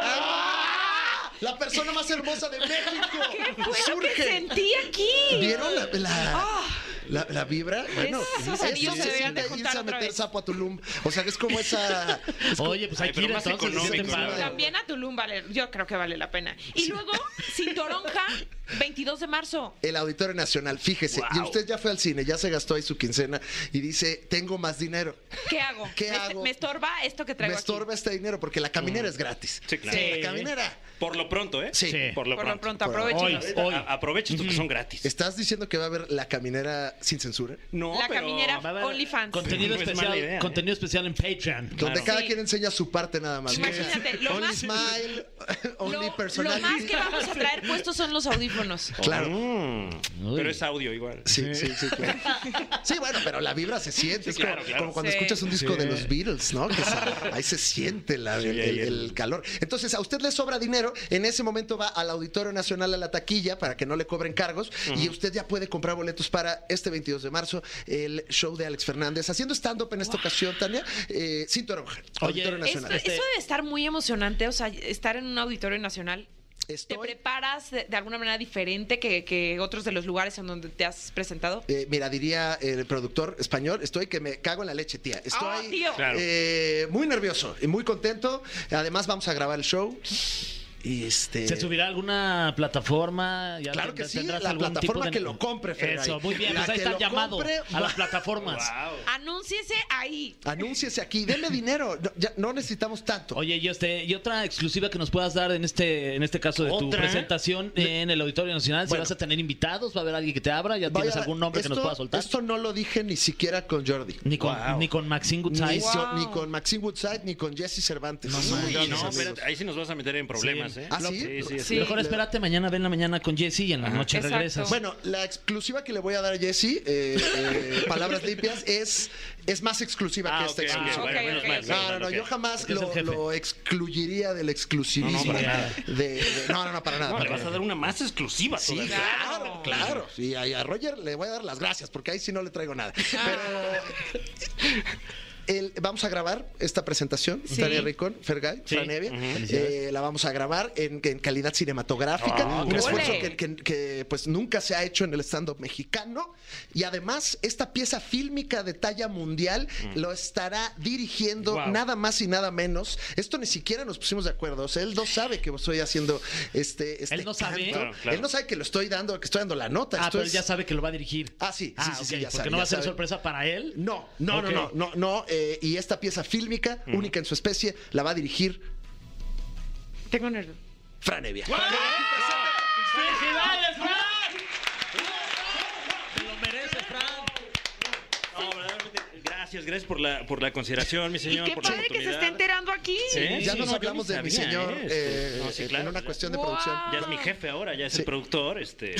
Speaker 1: ¡Ah! La persona más hermosa de México.
Speaker 3: ¿Qué fue lo que
Speaker 1: surge.
Speaker 3: sentí aquí? Ah.
Speaker 1: ¿Vieron la, la- la- la vibra? Bueno,
Speaker 3: Esos
Speaker 1: eso
Speaker 3: anillos
Speaker 1: se
Speaker 3: se deberían de
Speaker 1: siente
Speaker 3: juntar
Speaker 1: irse a
Speaker 3: otra
Speaker 1: meter
Speaker 3: vez.
Speaker 1: sapo a Tulum. O sea, es
Speaker 3: *laughs*
Speaker 1: como esa... es como-
Speaker 4: Oye, pues hay
Speaker 2: Ay,
Speaker 4: que
Speaker 2: pero
Speaker 4: ir
Speaker 2: más
Speaker 4: entonces.
Speaker 2: económico,
Speaker 4: dicen,
Speaker 1: ¿no?
Speaker 4: padre.
Speaker 3: También a Tulum, vale, yo creo que vale la pena. Y luego,
Speaker 4: *laughs*
Speaker 3: Cintoronja, 22 de marzo.
Speaker 1: El Auditorio Nacional, fíjese. Y
Speaker 2: Wow.
Speaker 1: usted ya fue al cine, ya se gastó ahí su quincena y dice, tengo más dinero.
Speaker 3: ¿Qué hago?
Speaker 1: ¿Qué
Speaker 3: me,
Speaker 1: hago?
Speaker 3: me estorba esto que
Speaker 1: Me
Speaker 3: traigo
Speaker 1: estorba
Speaker 3: aquí. Mm.
Speaker 1: este dinero porque la caminera es gratis.
Speaker 2: Sí, claro.
Speaker 1: La caminera.
Speaker 2: Por lo pronto, ¿eh?
Speaker 1: Sí.
Speaker 4: Sí.
Speaker 2: Por lo
Speaker 3: Por lo pronto,
Speaker 2: pronto.
Speaker 1: Por-
Speaker 3: aprovechenos.
Speaker 4: hoy.
Speaker 2: A- Aprovecha estos que son gratis.
Speaker 1: ¿Estás diciendo que va a haber la caminera sin censura?
Speaker 2: No,
Speaker 3: La
Speaker 2: pero-
Speaker 3: caminera
Speaker 4: Va a haber
Speaker 3: OnlyFans.
Speaker 4: Contenido
Speaker 2: No es
Speaker 4: especial,
Speaker 2: mala idea, ¿eh?
Speaker 4: contenido especial en Patreon.
Speaker 1: Donde
Speaker 2: Claro.
Speaker 1: cada
Speaker 3: Sí.
Speaker 1: quien enseña su parte nada más.
Speaker 3: Imagínate, lo
Speaker 1: only
Speaker 3: más- *laughs*
Speaker 1: smile,
Speaker 3: Lo,
Speaker 1: only
Speaker 3: lo
Speaker 1: personality.
Speaker 3: más que vamos a traer puestos son los audífonos.
Speaker 1: Claro.
Speaker 2: Mm.
Speaker 4: Uy.
Speaker 2: Pero es audio igual.
Speaker 1: Sí, sí, sí, claro. Sí, bueno, pero la vibra se siente. es
Speaker 2: claro,
Speaker 1: como,
Speaker 2: claro.
Speaker 1: como cuando
Speaker 3: Sí.
Speaker 1: escuchas un disco de los Beatles, ¿no? Que se- ahí se siente la- el, el- el calor. Entonces, a usted le sobra dinero, en ese momento va al Auditorio Nacional a la taquilla para que no le cobren cargos y usted ya puede comprar boletos para este 22 de marzo, el show de Alex Fernández, haciendo stand-up en esta ocasión, Tania, eh, Cinto Roja,
Speaker 4: Oye,
Speaker 1: Auditorio
Speaker 3: Esto,
Speaker 1: Nacional.
Speaker 4: Este-
Speaker 3: eso debe estar muy emocionante, o sea, estar en un auditorio nacional. ¿Te
Speaker 1: Estoy-
Speaker 3: preparas de, de alguna manera diferente que, que otros de los lugares en donde te has presentado?
Speaker 1: Eh, mira, diría el productor español, estoy que me cago en la leche, tía. Estoy
Speaker 3: Ah, tío.
Speaker 2: Claro.
Speaker 1: eh, muy nervioso y muy contento. Además, vamos a grabar el show. Y este.
Speaker 4: ¿Se subirá a alguna plataforma? ¿Ya
Speaker 1: Claro
Speaker 4: te-
Speaker 1: que sí,
Speaker 4: tendrás
Speaker 1: la
Speaker 4: algún
Speaker 1: plataforma
Speaker 4: tipo
Speaker 1: que lo compre, Fergay.
Speaker 4: Eso, muy bien,
Speaker 1: La
Speaker 4: pues ahí
Speaker 1: que
Speaker 4: está el
Speaker 1: lo
Speaker 4: llamado
Speaker 1: compre,
Speaker 4: a
Speaker 1: va.
Speaker 4: las plataformas.
Speaker 2: Wow.
Speaker 3: Anúnciese ahí.
Speaker 1: *laughs* Anúnciese aquí, deme dinero. No, ya, no necesitamos tanto.
Speaker 4: Oye, y, este, y otra exclusiva que nos puedas dar en este, en este caso de tu
Speaker 2: ¿Otra?
Speaker 4: presentación en el Auditorio Nacional, si
Speaker 1: Bueno.
Speaker 4: vas a tener invitados, va a haber alguien que te abra, ya tienes
Speaker 1: Vaya,
Speaker 4: algún nombre que nos
Speaker 1: esto-
Speaker 4: pueda soltar.
Speaker 1: Esto no lo dije ni siquiera con Jordi.
Speaker 4: ni, con,
Speaker 2: Wow.
Speaker 4: ni con Maxine Gutsai.
Speaker 1: Ni, so-
Speaker 3: Wow.
Speaker 1: ni con Maxine Woodside, ni con Jesse Cervantes.
Speaker 4: No,
Speaker 1: Muy
Speaker 2: Uy,
Speaker 1: grandes
Speaker 2: no,
Speaker 1: amigos.
Speaker 2: espérate, ahí sí nos vas a meter en problemas,
Speaker 4: Sí.
Speaker 2: ¿eh?
Speaker 1: ¿Ah, sí?
Speaker 2: Sí, sí,
Speaker 3: Sí.
Speaker 4: Mejor
Speaker 1: Le-
Speaker 4: espérate mañana, ven la mañana con Jesse y en la noche
Speaker 3: Exacto.
Speaker 4: regresas.
Speaker 1: Bueno, la exclusiva que le voy a dar a Jesse, eh, eh, palabras limpias, es, es más exclusiva
Speaker 2: Ah,
Speaker 1: que
Speaker 2: ok,
Speaker 1: esta
Speaker 2: ok,
Speaker 1: exclusiva.
Speaker 3: ok,
Speaker 2: bueno, menos
Speaker 3: ok,
Speaker 2: mal,
Speaker 3: ok.
Speaker 2: menos
Speaker 1: este No, no,
Speaker 2: mal,
Speaker 1: no,
Speaker 2: ok.
Speaker 1: yo jamás
Speaker 4: Porque es el
Speaker 1: lo,
Speaker 4: jefe.
Speaker 1: lo excluiría del
Speaker 2: No, no,
Speaker 1: exclusivísimo.
Speaker 2: para nada.
Speaker 1: De, de- no, no, no, para nada.
Speaker 2: No, le
Speaker 1: para
Speaker 2: vas a
Speaker 1: nada.
Speaker 2: dar una más exclusiva.
Speaker 1: Sí,
Speaker 2: todavía.
Speaker 1: claro, claro. Y a, y a Roger le voy a dar las gracias, porque ahí sí no le traigo nada. Pero el- vamos a grabar esta presentación,
Speaker 3: Sí.
Speaker 1: Tania Rincón, Fergay,
Speaker 2: Sí.
Speaker 1: Franevia.
Speaker 2: Ujú.
Speaker 1: Eh,
Speaker 4: Felicidades.
Speaker 1: la vamos a grabar en, en calidad cinematográfica,
Speaker 2: Ah,
Speaker 1: un
Speaker 2: qué
Speaker 1: esfuerzo
Speaker 3: bueno.
Speaker 1: que, que- que, pues nunca se ha hecho en el stand-up mexicano. Y además, esta pieza fílmica de talla mundial lo estará dirigiendo
Speaker 2: Wow.
Speaker 1: nada más y nada menos. Esto ni siquiera nos pusimos de acuerdo. O sea, él no sabe que estoy haciendo este, este
Speaker 4: Él no sabe.
Speaker 1: canto.
Speaker 2: Pues Claro, claro.
Speaker 1: Él no sabe que lo estoy dando, que estoy dando la nota.
Speaker 4: Ah,
Speaker 1: Esto
Speaker 4: pero él
Speaker 1: es-
Speaker 4: ya sabe que lo va a dirigir.
Speaker 1: Ah, sí, sí,
Speaker 4: Ah,
Speaker 1: sí,
Speaker 4: ok,
Speaker 1: sí, ya
Speaker 4: porque
Speaker 1: sabe,
Speaker 4: no
Speaker 1: ya
Speaker 4: va a ser
Speaker 1: sabe.
Speaker 4: sorpresa para él.
Speaker 1: No, no,
Speaker 4: Ok.
Speaker 1: no, no, no, no. eh, y esta pieza fílmica, única en su especie, la va a dirigir
Speaker 3: Tengo nervios.
Speaker 1: Franevia.
Speaker 4: ¡Felicidades, Fran! Te lo mereces, Fran.
Speaker 2: No, verdaderamente, gracias, gracias por la, por la consideración, mi
Speaker 3: Y
Speaker 2: señor.
Speaker 3: qué
Speaker 2: por la
Speaker 3: padre que se
Speaker 2: oportunidad.
Speaker 3: esté enterando aquí.
Speaker 2: Sí.
Speaker 1: Ya nos
Speaker 2: no,
Speaker 1: hablamos
Speaker 2: yo
Speaker 1: de
Speaker 2: no
Speaker 1: mi
Speaker 2: sabía
Speaker 1: señor
Speaker 2: esto.
Speaker 1: eh,
Speaker 2: No, sí,
Speaker 1: eh, en
Speaker 2: claro,
Speaker 1: una
Speaker 2: ya.
Speaker 1: cuestión de
Speaker 3: Wow.
Speaker 1: producción.
Speaker 2: Ya es mi jefe ahora, ya es
Speaker 1: Sí.
Speaker 2: el productor. Este.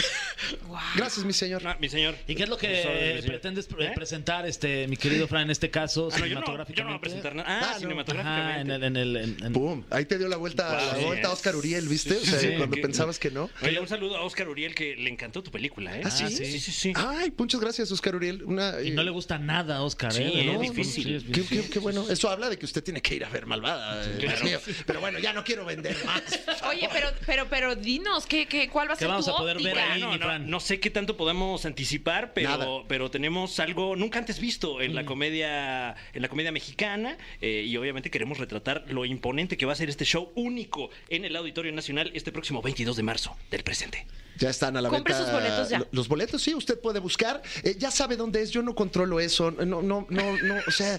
Speaker 3: Wow.
Speaker 1: Gracias, mi señor.
Speaker 2: No, mi señor.
Speaker 4: ¿Y qué es lo que
Speaker 2: Sus órdenes, mi
Speaker 4: eh,
Speaker 2: señor.
Speaker 4: pretendes pre-
Speaker 2: ¿Eh?
Speaker 4: presentar, este, mi querido Fran, en este caso,
Speaker 2: Ah, no, yo, no, yo no voy a
Speaker 4: cinematográficamente?
Speaker 2: presentar nada. Ah,
Speaker 1: Ah, no.
Speaker 2: cinematográficamente.
Speaker 4: Ajá, en el... En el en- en-
Speaker 1: Pum, ahí te dio la vuelta,
Speaker 2: Wow,
Speaker 1: la
Speaker 2: sí, eh.
Speaker 1: vuelta
Speaker 2: es.
Speaker 1: Oscar Uriel, ¿viste?
Speaker 4: Sí, sí,
Speaker 1: o sea,
Speaker 4: sí.
Speaker 1: cuando
Speaker 2: Que-
Speaker 1: pensabas que no.
Speaker 2: Oye, un saludo a Oscar Uriel que le encantó tu película, ¿eh?
Speaker 1: ¿Ah, sí?
Speaker 2: sí, sí, sí. sí.
Speaker 1: Ay, muchas gracias, Oscar Uriel. Una, eh,
Speaker 4: y no le gusta nada a Oscar,
Speaker 2: Sí,
Speaker 4: ¿eh?
Speaker 2: es
Speaker 4: No,
Speaker 2: difícil.
Speaker 4: sí, es
Speaker 1: Qué, qué- qué bueno. Eso habla de que usted tiene que ir a ver Malvada. eh,
Speaker 2: Claro.
Speaker 1: Dios mío. Pero bueno, ya no quiero vender más.
Speaker 3: Oye, pero, pero, pero dinos, ¿qué, qué, ¿cuál va a
Speaker 4: ¿Qué
Speaker 3: ser
Speaker 4: vamos
Speaker 3: tu
Speaker 4: a poder ver
Speaker 3: óptica?
Speaker 4: ahí?
Speaker 2: no,
Speaker 4: mi
Speaker 2: no,
Speaker 4: Fran.
Speaker 2: no sé qué tanto podemos anticipar, pero,
Speaker 1: Nada.
Speaker 2: pero tenemos algo nunca antes visto
Speaker 4: Mm.
Speaker 2: en la comedia, en la comedia mexicana, eh, y obviamente queremos retratar lo imponente que va a ser este show único en el Auditorio Nacional este próximo 22 de marzo del presente.
Speaker 1: Ya están a la
Speaker 3: Compre
Speaker 1: venta.
Speaker 3: sus boletos ya.
Speaker 1: lo- Los boletos, sí, usted puede buscar. Eh, ya sabe dónde es, yo no controlo eso. No, no, no, no. O sea,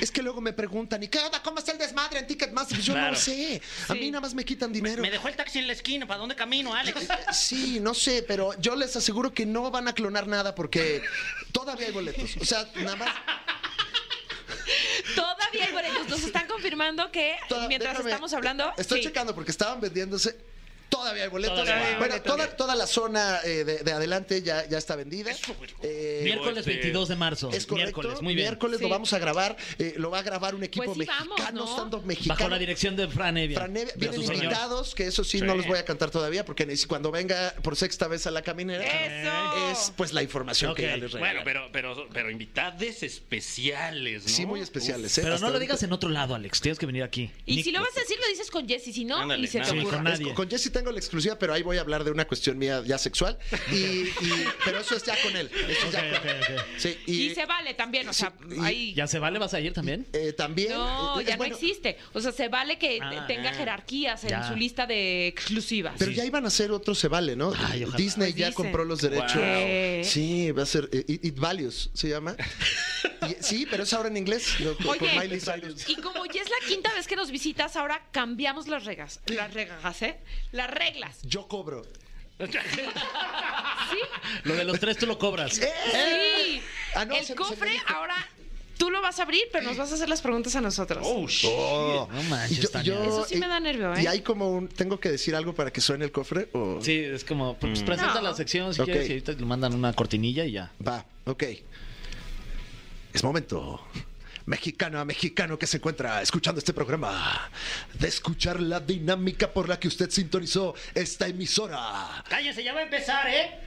Speaker 1: es que luego me preguntan, ¿y qué onda? ¿Cómo está el desmadre en Ticketmaster? Yo
Speaker 2: Claro.
Speaker 1: no sé. A
Speaker 3: Sí.
Speaker 1: mí nada más me quitan dinero.
Speaker 2: dejó el taxi en la esquina, ¿para dónde camino, Alex?
Speaker 1: *laughs* Sí, no sé, pero yo les aseguro que no van a clonar nada porque todavía hay boletos. O sea, nada más.
Speaker 3: Todavía hay boletos. Nos están confirmando que *laughs*
Speaker 1: toda-
Speaker 3: mientras
Speaker 1: déjame-
Speaker 3: estamos hablando.
Speaker 1: Estoy
Speaker 3: sí.
Speaker 1: checando porque estaban vendiéndose. Todavía hay boletos.
Speaker 4: Todavía hay
Speaker 1: bueno,
Speaker 3: boletos.
Speaker 1: Toda, toda la zona eh, de, de adelante ya, ya está vendida.
Speaker 2: Eso, bueno.
Speaker 1: Eh,
Speaker 4: Miércoles
Speaker 2: este-
Speaker 4: 22 de marzo.
Speaker 1: Es correcto.
Speaker 4: Miércoles, muy bien.
Speaker 1: Miércoles lo
Speaker 3: Sí.
Speaker 1: vamos a grabar. eh, lo va a grabar un equipo
Speaker 3: Pues sí,
Speaker 1: mexicano,
Speaker 3: vamos, ¿no?
Speaker 1: stand-up mexicano.
Speaker 4: Bajo la dirección de Fran Evia.
Speaker 1: Fran Evia.
Speaker 4: De
Speaker 1: Vienen
Speaker 4: su señor.
Speaker 1: invitados, que eso sí,
Speaker 2: Sí.
Speaker 1: no los voy a cantar todavía, porque neces- cuando venga por sexta vez a la caminera,
Speaker 3: ¡Eso!
Speaker 1: es pues la información
Speaker 4: Ok,
Speaker 1: que ya les regalé.
Speaker 2: Bueno, pero, pero, pero invitades especiales, ¿no?
Speaker 1: sí, muy especiales. ¿eh?
Speaker 4: Pero
Speaker 1: Hasta
Speaker 4: no lo
Speaker 1: ahorita.
Speaker 4: digas en otro lado, Alex. Tienes que venir aquí.
Speaker 3: Y
Speaker 4: Ni-
Speaker 3: si lo vas a decir, lo dices con Jessy. Si no,
Speaker 2: Ándale,
Speaker 3: ni se te
Speaker 2: nada
Speaker 4: Sí,
Speaker 3: ocurra.
Speaker 4: con nadie.
Speaker 1: Con Jesse tengo la exclusiva, pero ahí voy a hablar de una cuestión mía
Speaker 4: *laughs*
Speaker 1: ya sexual. Y, y- pero eso es ya con él. Eso es ya
Speaker 4: Ok,
Speaker 1: con él.
Speaker 4: ok, ok.
Speaker 1: Sí,
Speaker 3: Y,
Speaker 1: y,
Speaker 3: se vale también, o sea,
Speaker 1: y-
Speaker 3: ahí.
Speaker 4: ¿Ya se vale? ¿Vas a ir también?
Speaker 1: eh, también.
Speaker 3: No,
Speaker 1: eh,
Speaker 3: ya
Speaker 1: bueno,
Speaker 3: no existe. O sea, se vale que
Speaker 4: Ah,
Speaker 3: tenga jerarquías en
Speaker 4: ya.
Speaker 3: su lista de exclusivas.
Speaker 1: Pero ya iban a hacer otro Se Vale, ¿no?
Speaker 4: Ay, ojalá.
Speaker 1: Disney
Speaker 3: Pues
Speaker 1: ya
Speaker 3: dicen.
Speaker 1: compró los derechos.
Speaker 3: Wow.
Speaker 1: Sí, va a ser eh, It, It Values, se llama. Y- sí, pero es ahora en inglés. ¿no? Por- por Miley
Speaker 3: Oye,
Speaker 1: Cyrus.
Speaker 3: y como ya es la quinta vez que nos visitas, ahora cambiamos las reglas. Las reglas, ¿eh? Las reglas.
Speaker 1: Yo cobro.
Speaker 3: ¿Sí?
Speaker 4: Lo de los tres tú lo cobras.
Speaker 3: Sí.
Speaker 1: Ah, no, se-
Speaker 3: El
Speaker 1: se
Speaker 3: cofre
Speaker 1: me dijo.
Speaker 3: ahora tú lo vas a abrir, pero nos vas a hacer las preguntas a nosotros.
Speaker 2: Oh, shit.
Speaker 1: Oh.
Speaker 4: No manches,
Speaker 1: Y yo-
Speaker 4: Tania.
Speaker 1: yo-
Speaker 3: Eso sí me da nervio, ¿eh?
Speaker 1: Y hay como un. ¿Tengo que decir algo para que suene el cofre? O...
Speaker 4: Sí, es como, pues presenta
Speaker 3: No.
Speaker 4: la sección si
Speaker 1: Mm. Ok.
Speaker 4: quieres y ahorita le mandan una cortinilla y ya.
Speaker 1: Va, ok. Es momento. Mexicana, mexicano que se encuentra escuchando este programa, de escuchar la dinámica por la que usted sintonizó esta emisora.
Speaker 2: Cállense, ya va a empezar, ¿eh?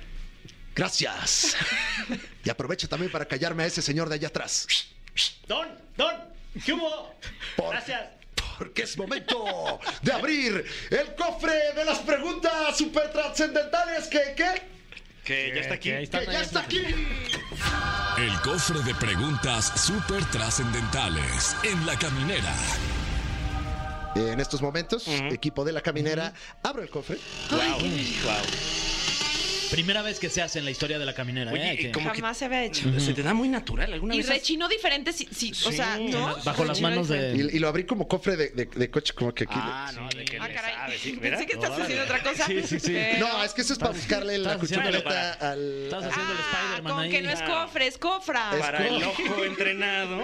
Speaker 1: Gracias. *laughs* Y aprovecho también para callarme a ese señor de allá atrás.
Speaker 2: Don, Don, ¿qué hubo?
Speaker 1: Por-
Speaker 2: Gracias.
Speaker 1: Porque es momento de abrir el cofre de las preguntas super trascendentales que, que,
Speaker 2: Que ya está aquí.
Speaker 4: Que ahí
Speaker 1: que ya está aquí.
Speaker 5: El cofre de preguntas súper trascendentales en la caminera.
Speaker 1: En estos momentos, equipo de la caminera, abro el cofre.
Speaker 2: Wow, Ah, wow.
Speaker 4: Primera vez que se hace en la historia de la caminera.
Speaker 2: Oye,
Speaker 4: ¿eh?
Speaker 2: y
Speaker 4: Que-
Speaker 2: como que
Speaker 3: Jamás se había hecho.
Speaker 2: se te da muy natural alguna
Speaker 3: Y
Speaker 2: vez. has-
Speaker 3: rechinó diferente, sí, sí, o
Speaker 2: Sí.
Speaker 3: sea, ¿no?
Speaker 4: Bajo las
Speaker 3: Rechinó
Speaker 4: manos de-
Speaker 3: diferente.
Speaker 1: Y, y lo abrí como cofre de, de- de coche, como que aquí. le-
Speaker 2: Ah, no, de que
Speaker 3: Ah,
Speaker 2: le
Speaker 3: caray. *laughs*
Speaker 2: sabes, sí, ¿verdad?
Speaker 3: Pensé que estás haciendo otra cosa.
Speaker 4: Sí, sí, sí.
Speaker 3: pero-
Speaker 1: No, es que eso es para buscarle la
Speaker 4: estás haciendo-
Speaker 1: cuchilleta
Speaker 2: para-
Speaker 1: al.
Speaker 4: estás haciendo el
Speaker 3: Ah,
Speaker 4: Spider-Man
Speaker 3: como
Speaker 4: ahí.
Speaker 3: que no es cofre, es cofra.
Speaker 1: Es-
Speaker 2: Para *laughs* el ojo entrenado.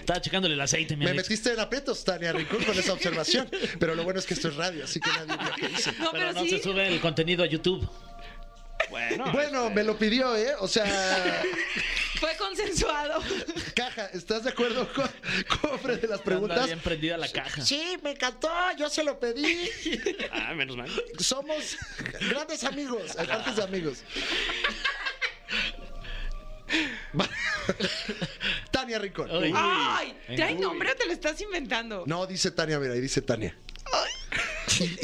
Speaker 4: Estaba checándole el aceite, mi
Speaker 1: Me
Speaker 4: Alex.
Speaker 1: metiste en aprietos, Tania Rincón, con esa observación. Pero lo bueno es que esto es radio, así que nadie vio que hice.
Speaker 3: No,
Speaker 4: Pero
Speaker 3: pero,
Speaker 4: no
Speaker 3: sí.
Speaker 4: se sube el contenido a YouTube.
Speaker 2: Bueno,
Speaker 1: Bueno,
Speaker 2: este,
Speaker 1: me lo pidió, ¿eh? O sea,
Speaker 3: Fue consensuado.
Speaker 1: caja, ¿estás de acuerdo con cofre de las
Speaker 4: Anda
Speaker 1: preguntas?
Speaker 4: bien prendida la caja.
Speaker 1: Sí, me encantó, yo se lo pedí.
Speaker 2: Ah, menos mal.
Speaker 1: Somos grandes amigos, aparte de amigos. Va- *laughs* Tania Tania Rincón.
Speaker 4: Ay.
Speaker 1: Uy.
Speaker 3: ¡Ay!
Speaker 2: Uy.
Speaker 3: ¿Trae nombre o te lo estás inventando?
Speaker 1: No, dice Tania, mira, ahí dice Tania.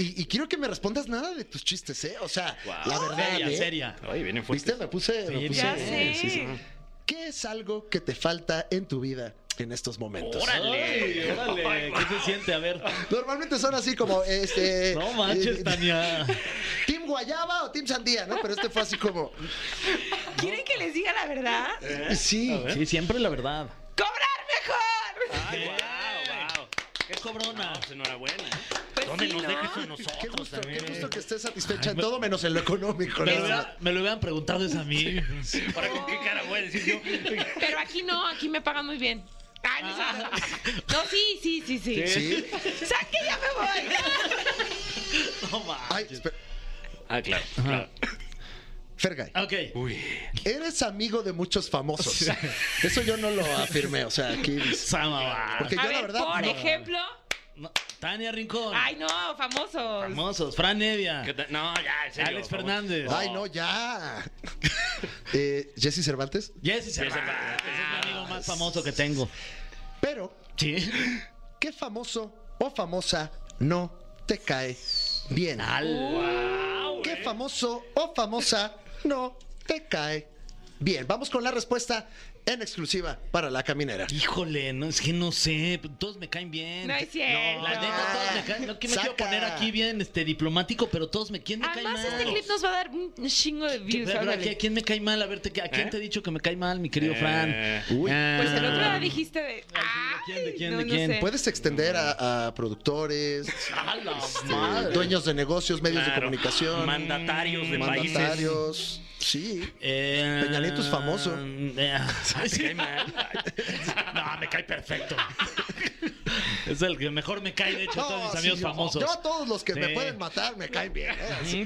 Speaker 1: Y, y quiero que me respondas nada de tus chistes, ¿eh? O sea, la verdad.
Speaker 4: Seria,
Speaker 1: ¿eh?
Speaker 4: seria.
Speaker 2: Ay, vienen fuertes.
Speaker 1: ¿Viste? Me puse. me
Speaker 4: Sí,
Speaker 1: puse-
Speaker 3: ya
Speaker 4: pues sí,
Speaker 3: sé.
Speaker 4: sí, sí.
Speaker 1: ¿Qué es algo que te falta en tu vida en estos momentos?
Speaker 4: Ay, órale, ¿qué se siente? A ver.
Speaker 1: Normalmente son así como este.
Speaker 4: *laughs* No manches,
Speaker 1: eh,
Speaker 4: Tania.
Speaker 1: ¿Team Guayaba o Team Sandía, no? Pero este fue así como.
Speaker 3: ¿Quieren que les diga la verdad?
Speaker 4: Eh.
Speaker 1: Sí.
Speaker 4: Sí, siempre la verdad.
Speaker 3: ¡Cobrar mejor!
Speaker 2: Ay, wow, wow.
Speaker 4: ¡Qué cobrona!
Speaker 2: Pues enhorabuena.
Speaker 3: Pues
Speaker 2: ¿Dónde
Speaker 3: sí,
Speaker 2: nos
Speaker 3: ¿no?
Speaker 2: dejas a nosotros?
Speaker 1: Qué gusto, qué
Speaker 2: también?
Speaker 1: gusto que estés satisfecha en todo menos en lo económico.
Speaker 4: Me
Speaker 1: la
Speaker 4: lo,
Speaker 1: verdad.
Speaker 4: hubieran, me lo hubieran preguntado es a mí.
Speaker 2: Ahora, ¿con qué cara voy a decir yo?
Speaker 3: Pero aquí no, aquí me pagan muy bien. Ay, no, es
Speaker 4: Ah.
Speaker 3: cierto. no, sí, sí, sí, sí.
Speaker 1: Sí.
Speaker 3: ¡Saque, ya me voy!
Speaker 4: No manches.
Speaker 1: Ay, espera.
Speaker 2: Ah, claro, claro.
Speaker 1: Fergay,
Speaker 4: Ok.
Speaker 1: eres amigo de muchos famosos. Eso yo no lo afirmé, o sea, aquí dice.
Speaker 4: Sama.
Speaker 1: Porque
Speaker 3: A
Speaker 1: yo la
Speaker 3: ver,
Speaker 1: verdad.
Speaker 3: por
Speaker 1: no.
Speaker 3: ejemplo...
Speaker 4: No, Tania Rincón.
Speaker 3: ¡Ay, no! ¡Famosos!
Speaker 4: Famosos. Fran Nevia.
Speaker 2: ¿Qué tal? No, ya, en serio.
Speaker 4: Alex
Speaker 2: por favor.
Speaker 4: Fernández.
Speaker 1: Ay, no, ya. eh, Jesse Cervantes,
Speaker 4: Jesse
Speaker 2: Cervantes.
Speaker 4: Cervantes. Es mi amigo más famoso que tengo.
Speaker 1: pero
Speaker 4: Sí.
Speaker 1: ¿qué famoso o famosa no te cae bien? ¿Qué famoso o famosa no te cae bien? Vamos con la respuesta en exclusiva para la caminera.
Speaker 4: Híjole, no, es que no sé. Todos me caen bien.
Speaker 3: No es cierto.
Speaker 4: La neta, todos me caen. No, que me quiero
Speaker 1: Saca.
Speaker 4: poner aquí bien este, diplomático, pero todos me. ¿Quién me cae
Speaker 3: Además,
Speaker 4: mal?
Speaker 3: este clip nos va a dar un chingo de
Speaker 4: ¿Qué-
Speaker 3: views.
Speaker 4: pero
Speaker 3: órale.
Speaker 4: aquí, ¿A quién me cae mal? A ver, te- ¿a quién
Speaker 2: ¿Eh?
Speaker 4: te he dicho que me cae mal, mi querido
Speaker 2: Eh,
Speaker 4: Fran?
Speaker 1: uy.
Speaker 3: Pues el otro
Speaker 4: Ah.
Speaker 3: día dijiste de...
Speaker 4: Ay, ¿de quién, de
Speaker 3: ay,
Speaker 4: quién,
Speaker 3: no,
Speaker 4: de
Speaker 3: no
Speaker 4: quién?
Speaker 3: sé.
Speaker 1: Puedes extender a, a productores,
Speaker 4: ¡A la
Speaker 1: este,
Speaker 4: madre!
Speaker 1: dueños de negocios, medios de
Speaker 2: Claro.
Speaker 1: comunicación,
Speaker 2: Mandatarios de países.
Speaker 1: mandatarios. Sí.
Speaker 4: Eh,
Speaker 1: Peña Nieto es famoso.
Speaker 4: eh, *laughs* ¿sabes qué?
Speaker 2: No, me cae
Speaker 1: *laughs*
Speaker 2: perfecto.
Speaker 4: es el que mejor me cae, de hecho, todos
Speaker 1: No,
Speaker 4: mis
Speaker 1: sí,
Speaker 4: amigos
Speaker 1: yo-
Speaker 4: famosos.
Speaker 1: Yo a todos los que me
Speaker 4: Sí.
Speaker 1: pueden matar me caen bien. ¿eh? Así.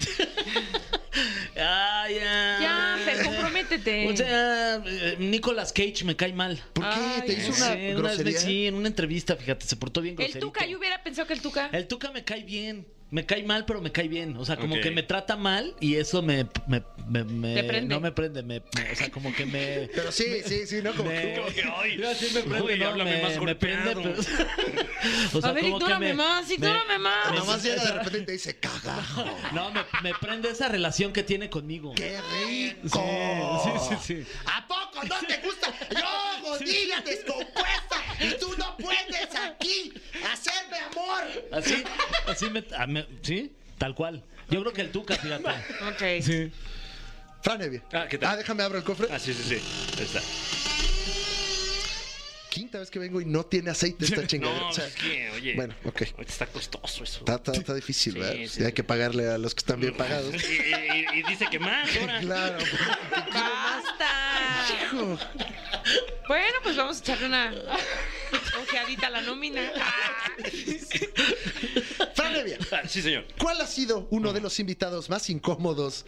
Speaker 4: Ah, ya.
Speaker 3: Ya, Fer, comprométete.
Speaker 4: O sea, eh, Nicolas Cage me cae mal.
Speaker 1: ¿Por qué? ¿Te
Speaker 3: Ay,
Speaker 1: hizo
Speaker 4: Sí,
Speaker 1: una
Speaker 4: vez
Speaker 1: grosería?
Speaker 2: ¿eh?
Speaker 4: me- sí, en una entrevista, fíjate, se portó bien
Speaker 3: El
Speaker 4: groserito.
Speaker 3: Tuca, yo hubiera pensado que el Tuca...
Speaker 4: El Tuca me cae bien. Me cae mal, pero me cae bien. O sea, como
Speaker 2: Ok.
Speaker 4: que me trata mal y eso me. me, me- me-
Speaker 3: Te prende.
Speaker 4: No me prende. me- me- o sea, como que me.
Speaker 1: Pero sí, sí, sí, ¿no? Como
Speaker 4: me-
Speaker 1: que-
Speaker 2: *laughs* Como que, ay,
Speaker 4: *laughs* Yo así me prende,
Speaker 2: uy,
Speaker 4: ¿no?
Speaker 2: háblame
Speaker 4: me,
Speaker 2: más
Speaker 4: me
Speaker 2: golpeado.
Speaker 4: *laughs* prende, pero- o sea,
Speaker 3: a ver,
Speaker 4: como que
Speaker 3: ignórame
Speaker 4: me-
Speaker 3: más,
Speaker 4: me-
Speaker 3: ignórame más.
Speaker 4: me-
Speaker 1: Nada más llega de repente y te dice, cagajo,
Speaker 4: No, me, me prende esa relación que tiene conmigo.
Speaker 1: qué rico.
Speaker 4: Sí, sí, sí, sí.
Speaker 1: ¿A poco no te gusta? Yo, godilla descompuesta, y tú no puedes aquí hacerme amor.
Speaker 4: Así, así me, a- me- Sí, tal cual. Yo creo que el Tuca, fíjate.
Speaker 3: *laughs* Ok.
Speaker 4: Sí.
Speaker 1: Fran Evia.
Speaker 2: Ah, ¿qué tal?
Speaker 1: Ah, déjame abrir el cofre.
Speaker 2: Ah, sí, sí, sí. Ahí está.
Speaker 1: Quinta vez que vengo y no tiene
Speaker 2: *laughs*
Speaker 1: aceite esta chingadera.
Speaker 2: No, pues
Speaker 1: O sea,
Speaker 2: es que, oye.
Speaker 1: bueno, ok.
Speaker 2: ahorita Está costoso eso.
Speaker 1: Está, está- está difícil,
Speaker 2: Sí,
Speaker 1: ¿verdad?
Speaker 2: sí,
Speaker 1: Sí,
Speaker 2: sí.
Speaker 1: hay que pagarle a los
Speaker 2: *laughs*
Speaker 1: que están bien pagados.
Speaker 2: Y, y- y dice que más ahora.
Speaker 1: Claro.
Speaker 3: ¡Basta!
Speaker 1: Hijo.
Speaker 3: Bueno, pues vamos a echarle una ojeadita a la nómina. Ah.
Speaker 1: Fran Evia.
Speaker 2: Ah, *laughs* sí, señor.
Speaker 1: ¿Cuál ha sido uno
Speaker 2: Mm.
Speaker 1: de los invitados más incómodos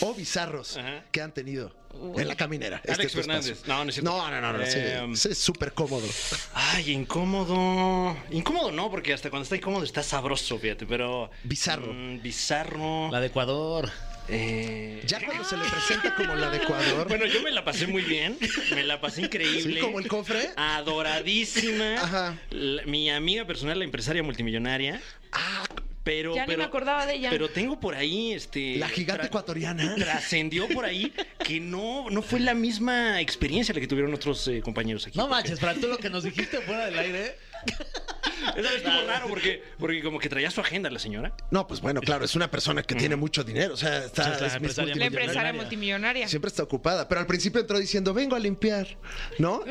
Speaker 1: o bizarros
Speaker 2: Ajá.
Speaker 1: que han tenido en la caminera? Este
Speaker 2: Alex
Speaker 1: tu espacio.
Speaker 2: Fernández. No, no es cierto.
Speaker 1: No, no, no, no, sí,
Speaker 2: Eh,
Speaker 1: sí, es súper cómodo.
Speaker 2: Ay, incómodo. Incómodo no, porque hasta cuando está incómodo está sabroso, fíjate, pero.
Speaker 1: Bizarro.
Speaker 2: Mm, bizarro.
Speaker 4: La de Ecuador.
Speaker 2: Eh,
Speaker 1: Ya cuando se le presenta como la de Ecuador,
Speaker 2: Bueno, yo me la pasé muy bien. Me la pasé increíble.
Speaker 1: ¿sí? como el cofre.
Speaker 2: Adoradísima.
Speaker 1: Ajá.
Speaker 2: La- mi amiga personal, la empresaria multimillonaria.
Speaker 1: Ah.
Speaker 2: Pero,
Speaker 3: Ya ni
Speaker 2: pero-
Speaker 3: me acordaba de ella.
Speaker 2: Pero tengo por ahí, este.
Speaker 1: La gigante
Speaker 2: tra-
Speaker 1: ecuatoriana.
Speaker 2: Trascendió por ahí que no, no fue la misma experiencia la que tuvieron otros eh, compañeros aquí.
Speaker 4: No
Speaker 2: Porque-
Speaker 4: manches, Fran, tú lo que nos dijiste fuera del aire.
Speaker 2: Esa vez estuvo raro porque, porque como que traía su agenda la señora.
Speaker 1: No, pues bueno, claro, es una persona
Speaker 2: Mm.
Speaker 1: que tiene mucho dinero, o sea, está,
Speaker 4: Sí, es la
Speaker 1: es Miss
Speaker 4: empresaria
Speaker 3: La
Speaker 1: Multimillonaria.
Speaker 3: empresaria
Speaker 4: Millonaria.
Speaker 3: multimillonaria.
Speaker 1: Siempre está ocupada, pero al principio entró diciendo, vengo a limpiar, ¿no?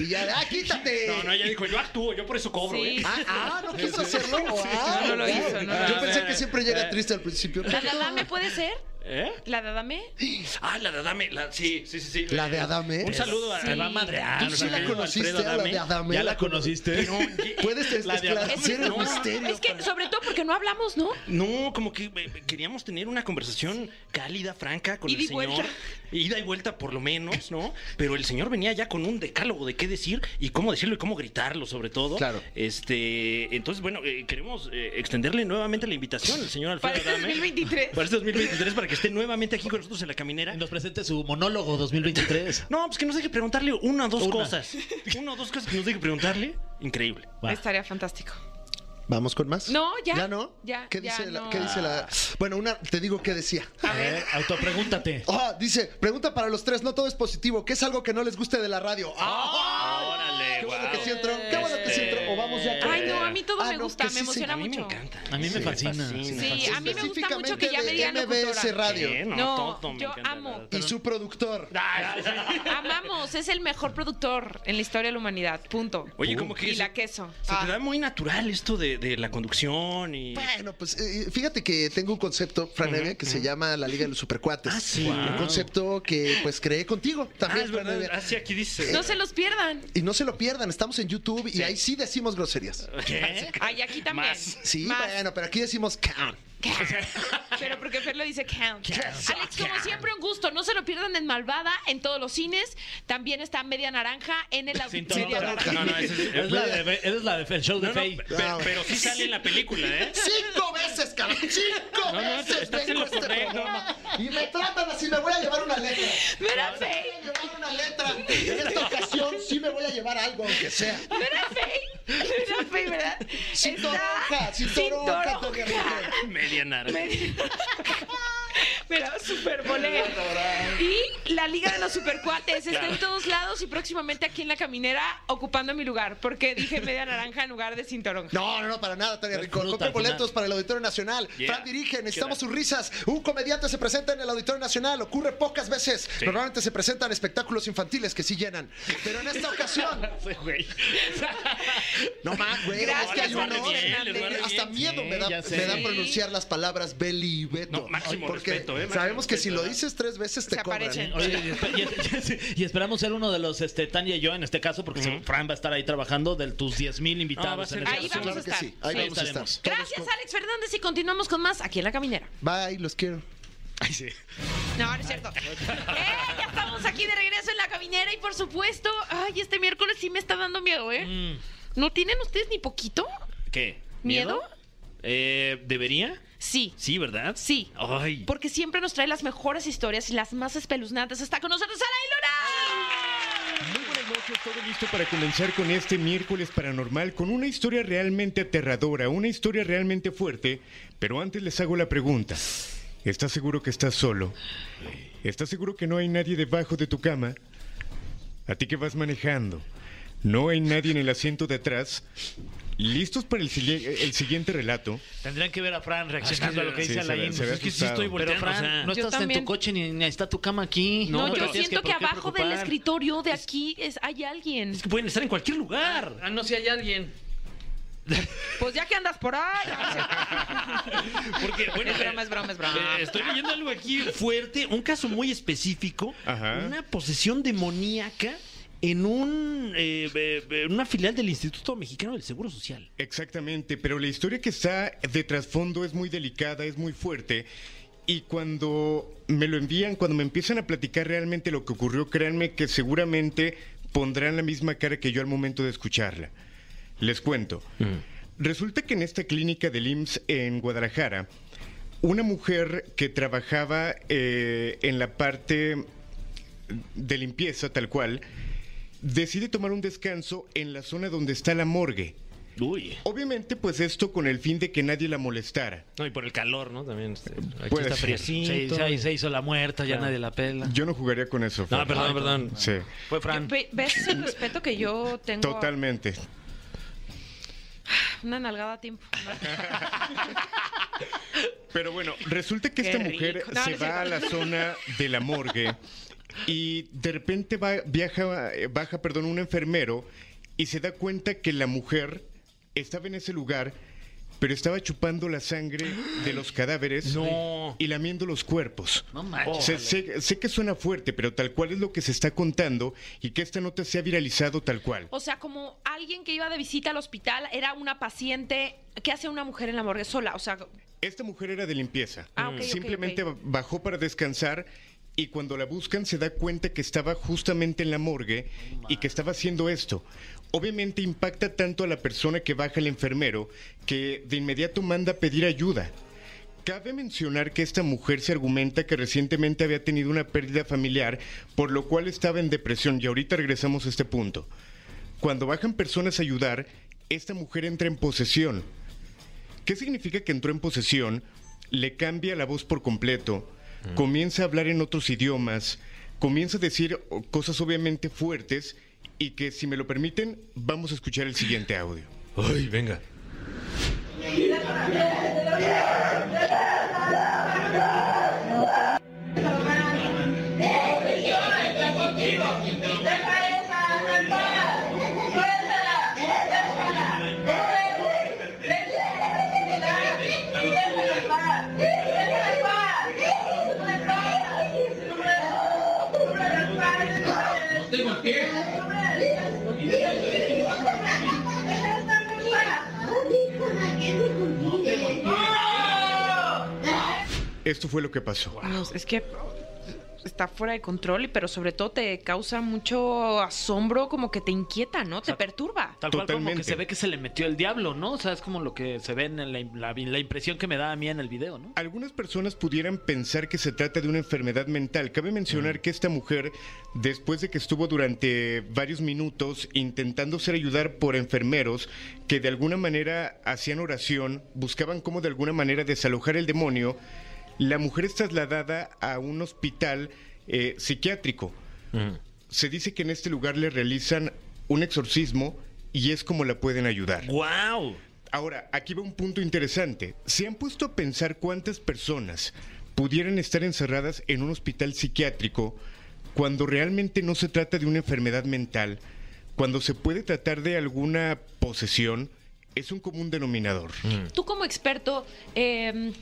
Speaker 1: Y ya, ah, quítate.
Speaker 2: No, no, ella dijo, yo actúo, yo por eso cobro,
Speaker 3: Sí.
Speaker 2: ¿eh?
Speaker 1: Ah, ah, no quiso hacerlo. Ah,
Speaker 3: No lo
Speaker 1: ok.
Speaker 3: hizo, no lo
Speaker 1: Yo
Speaker 3: hizo.
Speaker 1: pensé que siempre llega triste al principio.
Speaker 3: ¿La de Adame puede ser?
Speaker 2: ¿Eh?
Speaker 3: ¿La de Adame?
Speaker 2: Ah, la de Adame, la, sí, sí, sí, sí.
Speaker 1: La de Adame.
Speaker 2: Un saludo a Ah,
Speaker 3: Sí. Te va a
Speaker 4: madrear,
Speaker 1: ¿Tú sí la
Speaker 2: Alfredo
Speaker 1: conociste a la
Speaker 2: Adame.
Speaker 1: de Adame?
Speaker 4: ¿Ya la conociste?
Speaker 2: Pero, oye,
Speaker 1: Puedes des-
Speaker 4: La de Adame.
Speaker 1: desclarecer el
Speaker 2: No,
Speaker 1: misterio.
Speaker 3: Es que, sobre todo porque no hablamos, ¿no?
Speaker 2: No, como que eh, queríamos tener una conversación cálida, franca con
Speaker 3: Ida
Speaker 2: el
Speaker 3: y
Speaker 2: señor.
Speaker 3: vuelta.
Speaker 2: Ida y vuelta por lo menos, ¿no? Pero el señor venía ya con un decálogo de qué decir y cómo decirlo y cómo gritarlo sobre todo.
Speaker 1: Claro.
Speaker 2: Este, entonces, bueno, eh, queremos eh, extenderle nuevamente la invitación al señor Alfredo
Speaker 3: Para este
Speaker 2: Adame.
Speaker 3: 2023.
Speaker 2: Para este 2023 para que esté nuevamente aquí con nosotros en la caminera.
Speaker 4: Nos presente su monólogo 2023.
Speaker 2: No, pues que nos deje preguntarle una o dos
Speaker 4: Una.
Speaker 2: cosas. Una o dos cosas que nos deje preguntarle. Increíble.
Speaker 4: Va.
Speaker 3: Estaría fantástico.
Speaker 1: ¿Vamos con más?
Speaker 3: No, ya.
Speaker 1: ¿Ya no?
Speaker 3: Ya,
Speaker 1: ¿Qué
Speaker 3: ya
Speaker 1: dice, la,
Speaker 3: no.
Speaker 1: ¿qué dice la.? Bueno, una, te digo qué decía.
Speaker 3: A ver.
Speaker 4: Eh, autopregúntate.
Speaker 1: Ah, dice, pregunta para los tres, no todo es positivo. ¿Qué es algo que no les guste de la radio? ¡Ah!
Speaker 2: Órale,
Speaker 1: Qué bueno
Speaker 2: guau.
Speaker 1: que sí entró, qué bueno que sí entró. O vamos ya con-
Speaker 3: Ay, no, a mí todo
Speaker 1: Ah,
Speaker 3: me
Speaker 1: no,
Speaker 3: gusta, me
Speaker 1: que sí, sí,
Speaker 3: emociona
Speaker 2: A mí me
Speaker 3: mucho.
Speaker 2: encanta.
Speaker 4: A mí me
Speaker 2: Sí,
Speaker 4: fascina.
Speaker 2: fascina,
Speaker 3: Sí,
Speaker 2: fascina.
Speaker 3: a mí me gusta mucho que ya me
Speaker 1: Específicamente
Speaker 3: digan
Speaker 1: de MBS
Speaker 3: locutora.
Speaker 1: Radio.
Speaker 2: Sí, no,
Speaker 3: No,
Speaker 2: todo me
Speaker 3: yo
Speaker 2: encanta,
Speaker 3: amo.
Speaker 2: la verdad.
Speaker 1: Y su productor.
Speaker 3: Amamos, es el mejor productor en la historia de la humanidad. Punto.
Speaker 2: Oye, como que
Speaker 3: Y
Speaker 2: se-
Speaker 3: la queso.
Speaker 2: Se
Speaker 3: Ah.
Speaker 2: te da muy natural esto de, de la conducción y.
Speaker 1: Bueno, pues eh, fíjate que tengo un concepto, Franevia, que se llama la Liga de los Supercuates.
Speaker 2: Ah, sí.
Speaker 1: Un
Speaker 2: Wow.
Speaker 1: concepto que pues creé contigo
Speaker 2: Ah,
Speaker 1: también,
Speaker 2: es verdad.
Speaker 1: Franevia.
Speaker 2: Así aquí dice.
Speaker 3: No se los pierdan.
Speaker 1: Y no se lo pierdan, estamos en YouTube y ahí sí
Speaker 2: *laughs*
Speaker 1: decimos groserías.
Speaker 2: ¿Qué?
Speaker 3: Ay, aquí también.
Speaker 2: Más.
Speaker 1: Sí,
Speaker 3: Más.
Speaker 1: bueno, pero aquí decimos count.
Speaker 3: *laughs* Pero porque Fer lo dice count. Alex, como siempre, un gusto. No se lo pierdan en Malvada, en todos los cines. También está Media Naranja en el
Speaker 4: Sin
Speaker 3: Media
Speaker 4: tono.
Speaker 3: Naranja.
Speaker 2: No, no, ese es.
Speaker 4: Es la de, eres la de el show de
Speaker 2: No, no,
Speaker 4: Faye.
Speaker 2: pe- pero, sí sale en la película, ¿eh?
Speaker 1: Cinco veces, cabrón. Cinco
Speaker 2: No, no,
Speaker 1: veces
Speaker 2: estás en
Speaker 1: vengo
Speaker 2: lo
Speaker 1: a este
Speaker 2: correcto.
Speaker 1: programa. Y me tratan así, me voy a llevar una letra.
Speaker 3: Mira,
Speaker 1: Me voy a
Speaker 3: Faye.
Speaker 1: llevar una letra. En esta ocasión sí me voy a llevar algo, aunque sea.
Speaker 3: Mira, Faye. Mira, Faye, ¿verdad?
Speaker 1: Sin
Speaker 3: Está-
Speaker 1: toronja, sin toronja, Tania Rincón.
Speaker 2: Media naranja.
Speaker 3: Pero super volé. Y la Liga de los Supercuates está en todos lados y próximamente aquí en la caminera ocupando mi lugar. Porque dije media naranja en lugar de cinturón.
Speaker 1: No, no, no, para nada, Tania
Speaker 4: Es
Speaker 1: Rincón.
Speaker 4: fruta
Speaker 1: Compre
Speaker 4: al final.
Speaker 1: boletos para el Auditorio Nacional.
Speaker 2: Yeah.
Speaker 1: Fran dirige, necesitamos sus risas. Un comediante se presenta en el Auditorio Nacional. Ocurre pocas veces. Normalmente se presentan espectáculos infantiles que sí llenan. Pero en esta ocasión.
Speaker 2: *laughs* Sí, güey.
Speaker 1: No más, güey.
Speaker 3: Gracias,
Speaker 1: es que hay uno.
Speaker 3: Alberto Fernández.
Speaker 1: Hasta miedo me da,
Speaker 4: Sí, ya sé.
Speaker 1: me da
Speaker 3: Sí.
Speaker 1: pronunciar las palabras Beli y Beto.
Speaker 2: No, máximo
Speaker 1: porque
Speaker 2: respeto, ¿eh? Máximo
Speaker 1: sabemos que si
Speaker 2: respeto,
Speaker 1: lo
Speaker 2: ¿eh?
Speaker 1: dices tres veces te
Speaker 3: Se
Speaker 1: cobran. ¿eh?
Speaker 3: aparecen.
Speaker 4: Oye, y, esper- *laughs* y es- y es- y esperamos ser uno de los, este, Tania y yo en este caso, porque Fran va a estar ahí trabajando de tus 10 mil invitados.
Speaker 2: No, va a ser-
Speaker 4: en este
Speaker 3: Ahí
Speaker 4: caso.
Speaker 3: vamos a
Speaker 1: Claro que
Speaker 3: estar.
Speaker 1: sí, ahí
Speaker 4: Ahí
Speaker 1: vamos a estar.
Speaker 4: estaremos.
Speaker 3: Gracias, Alex Fernández. Y continuamos con más aquí en la caminera.
Speaker 1: Bye, los quiero.
Speaker 2: Ay, sí.
Speaker 3: No, no es cierto. ¡Eh! Ya estamos aquí de regreso en la caminera y por supuesto. Ay, este miércoles sí me está dando miedo, ¿eh? ¿No tienen ustedes ni poquito?
Speaker 2: ¿Qué?
Speaker 3: ¿Miedo?
Speaker 2: Eh, ¿Debería?
Speaker 3: Sí.
Speaker 2: Sí, ¿verdad?
Speaker 3: Sí.
Speaker 2: Ay.
Speaker 3: Porque siempre nos trae las mejores historias y las más espeluznantes. Está con nosotros Sara Luna.
Speaker 6: Muy buenas noches, todo listo para comenzar con este miércoles paranormal con una historia realmente aterradora, una historia realmente fuerte, pero antes les hago la pregunta. ¿Estás seguro que estás solo? ¿Estás seguro que no hay nadie debajo de tu cama? A ti que vas manejando. ¿No hay nadie en el asiento de atrás? ¿Listos para el, sili- el siguiente relato?
Speaker 4: Tendrían que ver a Fran reaccionando
Speaker 2: Ah, es que
Speaker 4: a lo que
Speaker 6: sí,
Speaker 4: dice
Speaker 6: se ve-
Speaker 4: Alain.
Speaker 6: se ve
Speaker 4: Pues es que sí estoy
Speaker 6: asustado.
Speaker 4: volteando,
Speaker 2: Pero,
Speaker 4: Fran,
Speaker 2: o sea,
Speaker 4: no
Speaker 3: yo
Speaker 4: estás en
Speaker 3: también.
Speaker 4: tu coche ni, ni está tu cama aquí.
Speaker 3: No,
Speaker 4: te
Speaker 3: yo
Speaker 4: tienes
Speaker 3: siento que,
Speaker 4: por qué
Speaker 3: abajo del
Speaker 4: preocupar.
Speaker 3: escritorio de aquí es, hay alguien.
Speaker 2: Es que pueden estar en cualquier lugar.
Speaker 4: Ah, no, si hay alguien.
Speaker 3: Pues ya que andas por ahí.
Speaker 2: Porque, bueno,
Speaker 3: Es broma, es broma, es broma.
Speaker 2: eh, estoy leyendo algo aquí fuerte, un caso muy específico,
Speaker 6: Ajá.
Speaker 2: una posesión demoníaca en un eh, eh, eh, una filial del Instituto Mexicano del Seguro Social.
Speaker 6: Exactamente, pero la historia que está de trasfondo es muy delicada, es muy fuerte. Y cuando me lo envían, cuando me empiezan a platicar realmente lo que ocurrió, créanme que seguramente pondrán la misma cara que yo al momento de escucharla. Les cuento. Resulta que en esta clínica del IMSS en Guadalajara, una mujer que trabajaba eh, en la parte de limpieza, tal cual, decide tomar un descanso en la zona donde está la morgue.
Speaker 2: Uy.
Speaker 6: Obviamente, pues esto con el fin de que nadie la molestara.
Speaker 2: No, y por el calor, ¿no? También. este, aquí
Speaker 6: Puede
Speaker 2: está
Speaker 6: ser.
Speaker 4: Sí,
Speaker 2: friecito.
Speaker 4: sí, ahí se hizo la muerta, ya
Speaker 2: Claro.
Speaker 4: nadie la pela.
Speaker 6: Yo no jugaría con eso.
Speaker 2: No,
Speaker 6: Fran.
Speaker 2: perdón, perdón.
Speaker 6: Sí,
Speaker 4: Fue Fran.
Speaker 3: Ve- ¿Ves el respeto que yo tengo?
Speaker 6: totalmente.
Speaker 3: Una nalgada a tiempo.
Speaker 6: Pero bueno, resulta que
Speaker 3: Qué
Speaker 6: esta mujer
Speaker 3: rico. No,
Speaker 6: se
Speaker 3: no es
Speaker 6: va a la
Speaker 3: cierto.
Speaker 6: zona de la morgue y de repente va, viaja, eh, baja perdón, un enfermero y se da cuenta que la mujer estaba en ese lugar, pero estaba chupando la sangre de los cadáveres
Speaker 2: No.
Speaker 6: y lamiendo los cuerpos.
Speaker 4: No manches.
Speaker 6: Sé, sé- sé que suena fuerte, pero tal cual es lo que se está contando y que esta nota se ha viralizado tal cual.
Speaker 3: O sea, como alguien que iba de visita al hospital era una paciente. ¿Qué hace una mujer en la morgue sola? O sea,
Speaker 6: Esta mujer era de limpieza.
Speaker 3: Ah, ok, ok,
Speaker 6: Simplemente
Speaker 3: ok.
Speaker 6: bajó para descansar y cuando la buscan se da cuenta que estaba justamente en la morgue y que estaba haciendo esto. Obviamente impacta tanto a la persona que baja el enfermero que de inmediato manda a pedir ayuda. Cabe mencionar que esta mujer se argumenta que recientemente había tenido una pérdida familiar, por lo cual estaba en depresión y ahorita regresamos a este punto. Cuando bajan personas a ayudar, esta mujer entra en posesión. ¿Qué significa que entró en posesión? Le cambia la voz por completo, comienza a hablar en otros idiomas, comienza a decir o- cosas obviamente fuertes y que si me lo permiten vamos a escuchar el siguiente audio.
Speaker 2: Ay, venga.
Speaker 6: Esto fue lo que pasó.
Speaker 3: Dios, es que está fuera de control, y- pero sobre todo te causa mucho asombro, como que te inquieta, ¿no? Te perturba.
Speaker 4: Tal cual como que
Speaker 6: Totalmente.
Speaker 4: se ve que se le metió el diablo, ¿no? O sea, es como lo que se ve en la, la- la impresión que me da a mí en el video, ¿no?
Speaker 6: Algunas personas pudieran pensar que se trata de una enfermedad mental. Cabe mencionar que esta mujer, después de que estuvo durante varios minutos intentando ser ayudar por enfermeros que de alguna manera hacían oración, buscaban cómo de alguna manera desalojar el demonio, la mujer es trasladada a un hospital eh, psiquiátrico. Se dice que en este lugar le realizan un exorcismo y es como la pueden ayudar.
Speaker 2: ¡Wow!
Speaker 6: Ahora, aquí va un punto interesante. ¿Se han puesto a pensar cuántas personas pudieran estar encerradas en un hospital psiquiátrico cuando realmente no se trata de una enfermedad mental, cuando se puede tratar de alguna posesión? Es un común denominador.
Speaker 3: Tú como experto, eh,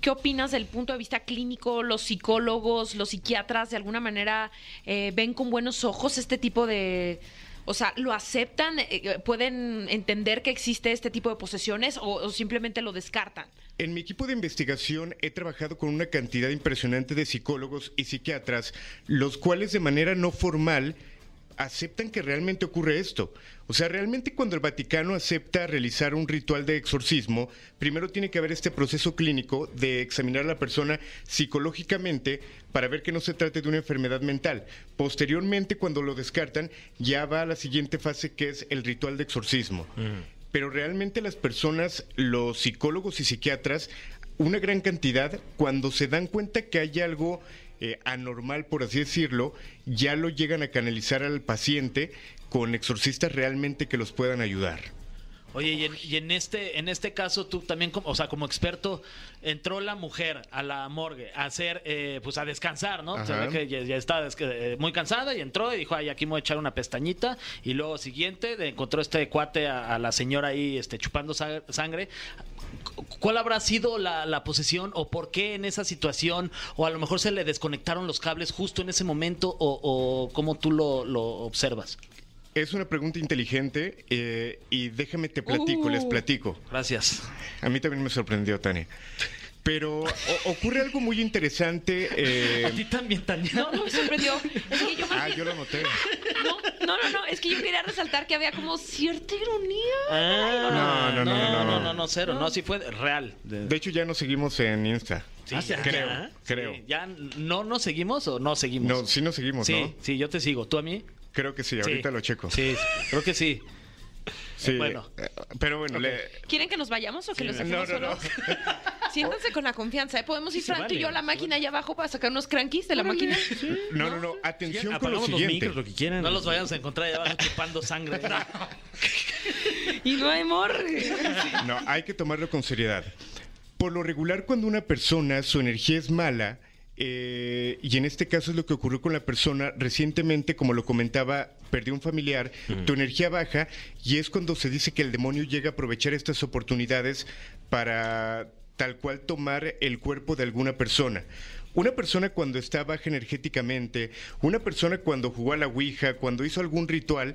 Speaker 3: ¿qué opinas del punto de vista clínico? ¿Los psicólogos, los psiquiatras de alguna manera eh, ven con buenos ojos este tipo de... O sea, ¿lo aceptan? Eh, ¿Pueden entender que existe este tipo de posesiones o, o simplemente lo descartan?
Speaker 6: En mi equipo de investigación he trabajado con una cantidad impresionante de psicólogos y psiquiatras, los cuales de manera no formal aceptan que realmente ocurre esto. O sea, realmente cuando el Vaticano acepta realizar un ritual de exorcismo, primero tiene que haber este proceso clínico de examinar a la persona psicológicamente para ver que no se trate de una enfermedad mental. Posteriormente, cuando lo descartan, ya va a la siguiente fase que es el ritual de exorcismo. Pero realmente las personas, los psicólogos y psiquiatras, una gran cantidad, cuando se dan cuenta que hay algo eh, anormal, por así decirlo, ya lo llegan a canalizar al paciente con exorcistas realmente que los puedan ayudar.
Speaker 4: Oye, y en, y en este en este caso tú también, como, o sea, como experto, entró la mujer a la morgue a hacer, eh, pues a descansar, ¿no? Se
Speaker 6: Ajá.
Speaker 4: ve que ya, ya estaba desca- eh, muy cansada y entró y dijo, ay, aquí me voy a echar una pestañita. Y luego siguiente, de- encontró este cuate a, a la señora ahí este, chupando sa- sangre. Cu- ¿Cuál habrá sido la, la posesión o por qué en esa situación? O a lo mejor se le desconectaron los cables justo en ese momento o, o cómo tú lo, lo observas.
Speaker 6: Es una pregunta inteligente eh, y déjame te platico,
Speaker 3: Uh.
Speaker 6: les platico.
Speaker 4: Gracias.
Speaker 6: A mí también me sorprendió, Tania. Pero o- ocurre algo muy interesante. eh,
Speaker 4: A *laughs* ti también, Tania.
Speaker 3: No, no me sorprendió. Es que yo más
Speaker 6: ah,
Speaker 3: bien-
Speaker 6: yo lo noté.
Speaker 3: No, no, no, no, es que yo quería resaltar que había como cierta ironía.
Speaker 4: Ah,
Speaker 6: No, no, no, no,
Speaker 4: no,
Speaker 6: no.
Speaker 4: no, no, cero. No, sí fue real.
Speaker 6: De hecho, ya nos seguimos en Insta.
Speaker 4: Sí, ya.
Speaker 6: creo,
Speaker 4: Ya.
Speaker 6: creo.
Speaker 4: Sí, ¿Ya no nos seguimos o no seguimos?
Speaker 6: No, sí nos seguimos,
Speaker 4: Sí,
Speaker 6: ¿no?
Speaker 4: sí, yo te sigo. ¿Tú a mí?
Speaker 6: Creo que sí, ahorita
Speaker 4: Sí.
Speaker 6: lo checo.
Speaker 4: Sí, creo que sí.
Speaker 6: Sí,
Speaker 4: Bueno.
Speaker 6: eh, Pero bueno, le-
Speaker 3: ¿Quieren que nos vayamos o que los dejemos
Speaker 6: no, no, no.
Speaker 3: solos? Siéntanse con la confianza, ¿eh? Podemos ir
Speaker 4: Sí,
Speaker 3: Fran, tú
Speaker 4: vale.
Speaker 3: y yo a la máquina allá abajo para sacar unos crankies de la máquina.
Speaker 6: No, no, no. Atención con lo
Speaker 2: Apagamos los
Speaker 6: siguiente.
Speaker 2: micros, lo que quieran.
Speaker 4: No los vayamos a encontrar allá abajo chupando sangre.
Speaker 3: Y no hay morgue.
Speaker 6: No, hay que tomarlo con seriedad. Por lo regular, cuando una persona, su energía es mala, eh, y en este caso es lo que ocurrió con la persona, recientemente, como lo comentaba, perdió un familiar, tu energía baja, y es cuando se dice que el demonio llega a aprovechar estas oportunidades para tal cual tomar el cuerpo de alguna persona. Una persona cuando está baja energéticamente, una persona cuando jugó a la Ouija, cuando hizo algún ritual,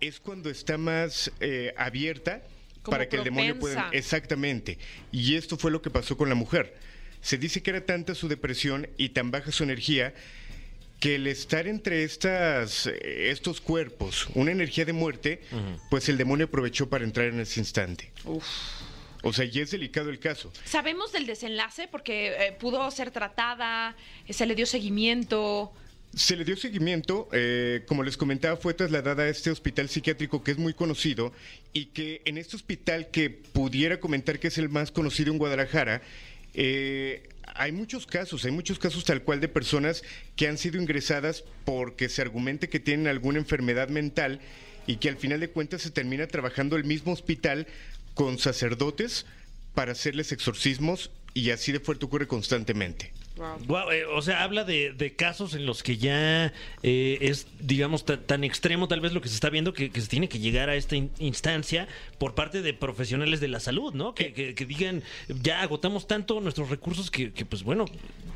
Speaker 6: es cuando está más eh, abierta
Speaker 3: Como
Speaker 6: para que el demonio pueda...
Speaker 3: propensa.
Speaker 6: Exactamente. Y esto fue lo que pasó con la mujer. Se dice que era tanta su depresión y tan baja su energía que el estar entre estas, eh, estos cuerpos, una energía de muerte, pues el demonio aprovechó para entrar en ese instante. O sea, y es delicado el caso.
Speaker 3: ¿Sabemos del desenlace? Porque eh, pudo ser tratada, eh, se le dio seguimiento.
Speaker 6: Se le dio seguimiento, eh, como les comentaba, fue trasladada a este hospital psiquiátrico que es muy conocido y que en este hospital que pudiera comentar que es el más conocido en Guadalajara, eh, hay muchos casos, hay muchos casos tal cual de personas que han sido ingresadas porque se argumente que tienen alguna enfermedad mental y que al final de cuentas se termina trabajando el mismo hospital con sacerdotes para hacerles exorcismos y así de fuerte ocurre constantemente.
Speaker 2: Guau, eh, o sea, habla de, de casos en los que ya eh, es, digamos, ta- tan extremo tal vez lo que se está viendo que, que se tiene que llegar a esta in- instancia por parte de profesionales de la salud, ¿no? Que, que- que digan, ya agotamos tanto nuestros recursos que, que, pues bueno,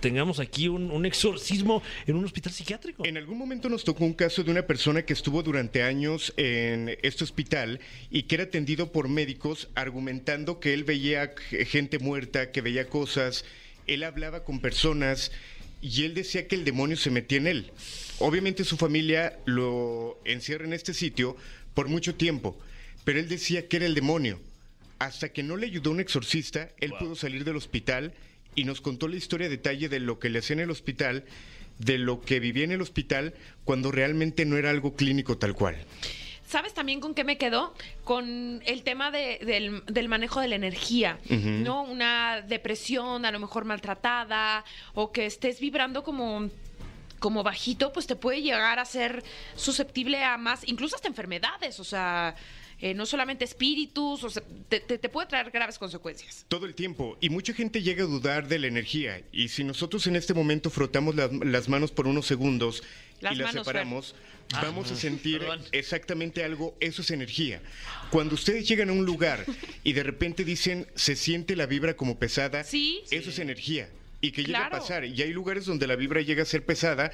Speaker 2: tengamos aquí un, un exorcismo en un hospital psiquiátrico.
Speaker 6: En algún momento nos tocó un caso de una persona que estuvo durante años en este hospital y que era atendido por médicos argumentando que él veía gente muerta, que veía cosas, él hablaba con personas y él decía que el demonio se metía en él. Obviamente su familia lo encierra en este sitio por mucho tiempo, pero él decía que era el demonio. Hasta que no le ayudó un exorcista, él pudo salir del hospital y nos contó la historia a detalle de lo que le hacía en el hospital, de lo que vivía en el hospital cuando realmente no era algo clínico tal cual.
Speaker 3: ¿Sabes también con qué me quedó? Con el tema de- del, del manejo de la energía, ¿no? Una depresión a lo mejor maltratada o que estés vibrando como como bajito, pues te puede llegar a ser susceptible a más, incluso hasta enfermedades, o sea, eh, no solamente espíritus, o sea, te- te- te puede traer graves consecuencias.
Speaker 6: Todo el tiempo. Y mucha gente llega a dudar de la energía. Y si nosotros en este momento frotamos las, las manos por unos segundos
Speaker 3: Las
Speaker 6: y las
Speaker 3: manos, Ah,
Speaker 6: separamos, vamos
Speaker 3: *laughs*
Speaker 6: a sentir
Speaker 7: perdón.
Speaker 6: exactamente algo. Eso es energía. Cuando ustedes llegan a un lugar y de repente dicen, se siente la vibra como pesada,
Speaker 3: Sí.
Speaker 6: eso es energía. Y que llega
Speaker 3: Claro.
Speaker 6: a pasar. Y hay lugares donde la vibra llega a ser pesada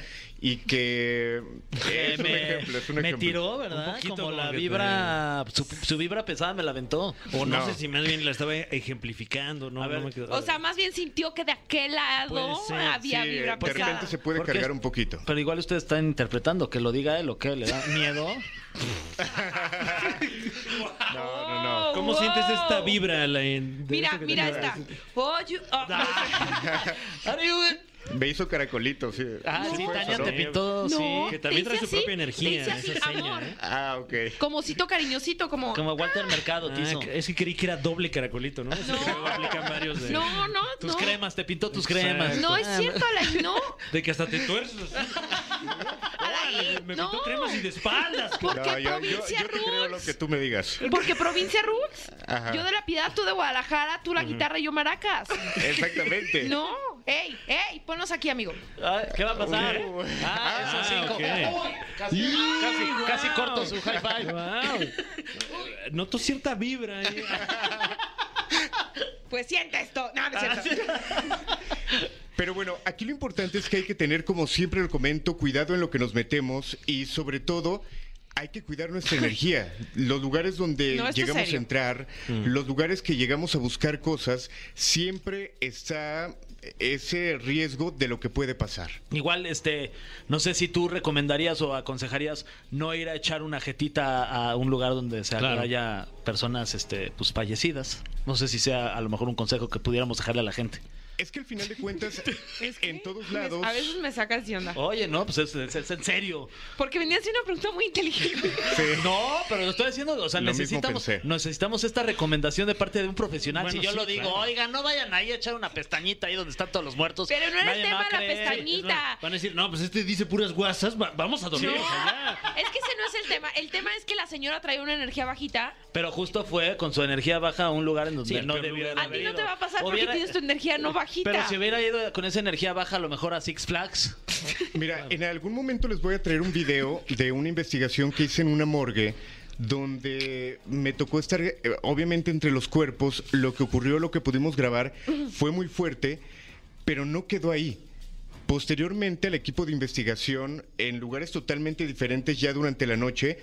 Speaker 3: *laughs*
Speaker 6: y que...
Speaker 7: Eh,
Speaker 6: Es un
Speaker 7: me,
Speaker 6: ejemplo, es un
Speaker 7: me
Speaker 6: ejemplo.
Speaker 7: tiró, ¿verdad?
Speaker 2: Un poquito
Speaker 7: como
Speaker 2: como
Speaker 7: la
Speaker 2: que te-
Speaker 7: vibra, su, su vibra pesada me la aventó.
Speaker 2: O no,
Speaker 6: No.
Speaker 2: sé si más bien la estaba ejemplificando, no,
Speaker 7: A ver,
Speaker 2: no me quedó.
Speaker 3: O sea, más bien sintió que de aquel lado
Speaker 2: Puede ser,
Speaker 3: había
Speaker 6: Sí,
Speaker 3: vibra pues
Speaker 6: de
Speaker 3: pesada.
Speaker 6: repente se puede
Speaker 7: Porque
Speaker 6: cargar
Speaker 7: es-
Speaker 6: un poquito.
Speaker 7: Pero igual ustedes están interpretando que lo diga él o que le da miedo.
Speaker 6: No, Ah, no, no.
Speaker 3: Oh,
Speaker 2: ¿Cómo
Speaker 3: wow.
Speaker 2: sientes esta vibra? la- en- de
Speaker 3: Mira,
Speaker 2: esto que
Speaker 3: mira
Speaker 2: te- *laughs*
Speaker 3: esta. Oh, you- oh,
Speaker 7: Are you good?
Speaker 6: Me hizo caracolito, sí.
Speaker 7: ah, sí,
Speaker 6: fue
Speaker 7: Tania
Speaker 6: eso,
Speaker 7: te
Speaker 6: ¿no?
Speaker 7: pintó,
Speaker 3: No,
Speaker 7: sí.
Speaker 2: Que también
Speaker 3: te
Speaker 2: trae
Speaker 3: hice así,
Speaker 2: su propia
Speaker 3: te
Speaker 2: energía.
Speaker 3: hice así,
Speaker 2: esa seña,
Speaker 3: amor.
Speaker 2: ¿eh?
Speaker 6: Ah, ok.
Speaker 3: Comocito cariñosito, como. *laughs*
Speaker 7: Como Walter Mercado te
Speaker 2: Ah,
Speaker 7: hizo.
Speaker 2: es que creí que era doble caracolito, ¿no? Eso que luego aplican varios de,
Speaker 3: No, no,
Speaker 7: Tus
Speaker 3: no.
Speaker 7: cremas, te pintó tus
Speaker 2: Exacto.
Speaker 7: cremas.
Speaker 3: No es cierto, Alain, no.
Speaker 2: de que hasta te tuerces.
Speaker 3: Alain,
Speaker 2: Me
Speaker 3: no.
Speaker 2: pintó cremas y de espaldas.
Speaker 3: Porque
Speaker 6: No, yo, yo-
Speaker 3: provincia
Speaker 6: yo te creo lo
Speaker 3: rules.
Speaker 6: que tú me digas.
Speaker 3: Porque provincia rules.
Speaker 6: Ajá.
Speaker 3: Yo de la piedad, tú de Guadalajara, tú la guitarra y yo maracas. *laughs*
Speaker 6: Exactamente.
Speaker 3: No. Ey, ey, ponnos aquí, amigo.
Speaker 7: Ah, ¿Qué va a pasar?
Speaker 6: Uh.
Speaker 7: Ah,
Speaker 2: Ah,
Speaker 7: esos cinco.
Speaker 2: ok.
Speaker 7: Uy, Casi, casi, casi corto su high Eh, five.
Speaker 2: Wow. Noto cierta vibra ahí.
Speaker 3: Pues sienta esto. No, no es
Speaker 2: Ah,
Speaker 3: cierto.
Speaker 6: Pero bueno, aquí lo importante es que hay que tener, como siempre lo comento, cuidado en lo que nos metemos y sobre todo hay que cuidar
Speaker 3: *laughs*
Speaker 6: nuestra energía. Los lugares donde
Speaker 3: No, esto es
Speaker 6: llegamos a
Speaker 3: serio.
Speaker 6: entrar, los lugares que llegamos a buscar cosas, siempre está ese riesgo de lo que puede pasar.
Speaker 7: Igual, este, no sé si tú recomendarías o aconsejarías no ir a echar una jetita a un lugar donde se
Speaker 2: Claro.
Speaker 7: haya personas, este, pues fallecidas. No sé si sea a lo mejor un consejo que pudiéramos dejarle a la gente.
Speaker 6: Es que al final
Speaker 3: *laughs*
Speaker 6: de cuentas, en todos
Speaker 3: Me-
Speaker 6: lados...
Speaker 3: A veces me sacas de
Speaker 2: Oh.
Speaker 3: onda.
Speaker 7: Oye, no, pues es, es- es en serio.
Speaker 3: Porque venía haciendo una pregunta muy inteligente.
Speaker 7: No, pero lo estoy diciendo, o sea,
Speaker 6: Lo mismo
Speaker 7: necesitamos,
Speaker 6: pensé.
Speaker 7: necesitamos esta recomendación de parte de un profesional.
Speaker 2: Bueno,
Speaker 7: si yo
Speaker 2: sí,
Speaker 7: lo digo,
Speaker 2: claro.
Speaker 7: oigan, no vayan ahí a echar una pestañita ahí donde están todos los muertos.
Speaker 3: Pero no era el
Speaker 7: Nadie me va
Speaker 3: tema
Speaker 7: a
Speaker 3: la
Speaker 7: creer.
Speaker 3: pestañita.
Speaker 2: Van a decir, no, pues este dice puras guasas, va- vamos a dormir.
Speaker 3: No,
Speaker 2: o sea, ya.
Speaker 3: es que ese no es el tema. El tema es que la señora traía una energía bajita.
Speaker 7: Pero justo fue con su energía baja a un lugar en donde
Speaker 2: Sí, el
Speaker 7: no
Speaker 2: peor
Speaker 7: debió
Speaker 2: lugar.
Speaker 7: haber
Speaker 3: A ti no
Speaker 7: ido.
Speaker 3: te va a pasar porque
Speaker 7: Hubiera-
Speaker 3: tienes tu energía no bajita.
Speaker 7: Pero si hubiera ido con esa energía baja, a lo mejor a Six Flags.
Speaker 6: Mira, en algún momento les voy a traer un video de una investigación que hice en una morgue donde me tocó estar, eh, obviamente entre los cuerpos, lo que ocurrió, lo que pudimos grabar, fue muy fuerte, pero no quedó ahí. Posteriormente, el equipo de investigación, en lugares totalmente diferentes ya durante la noche,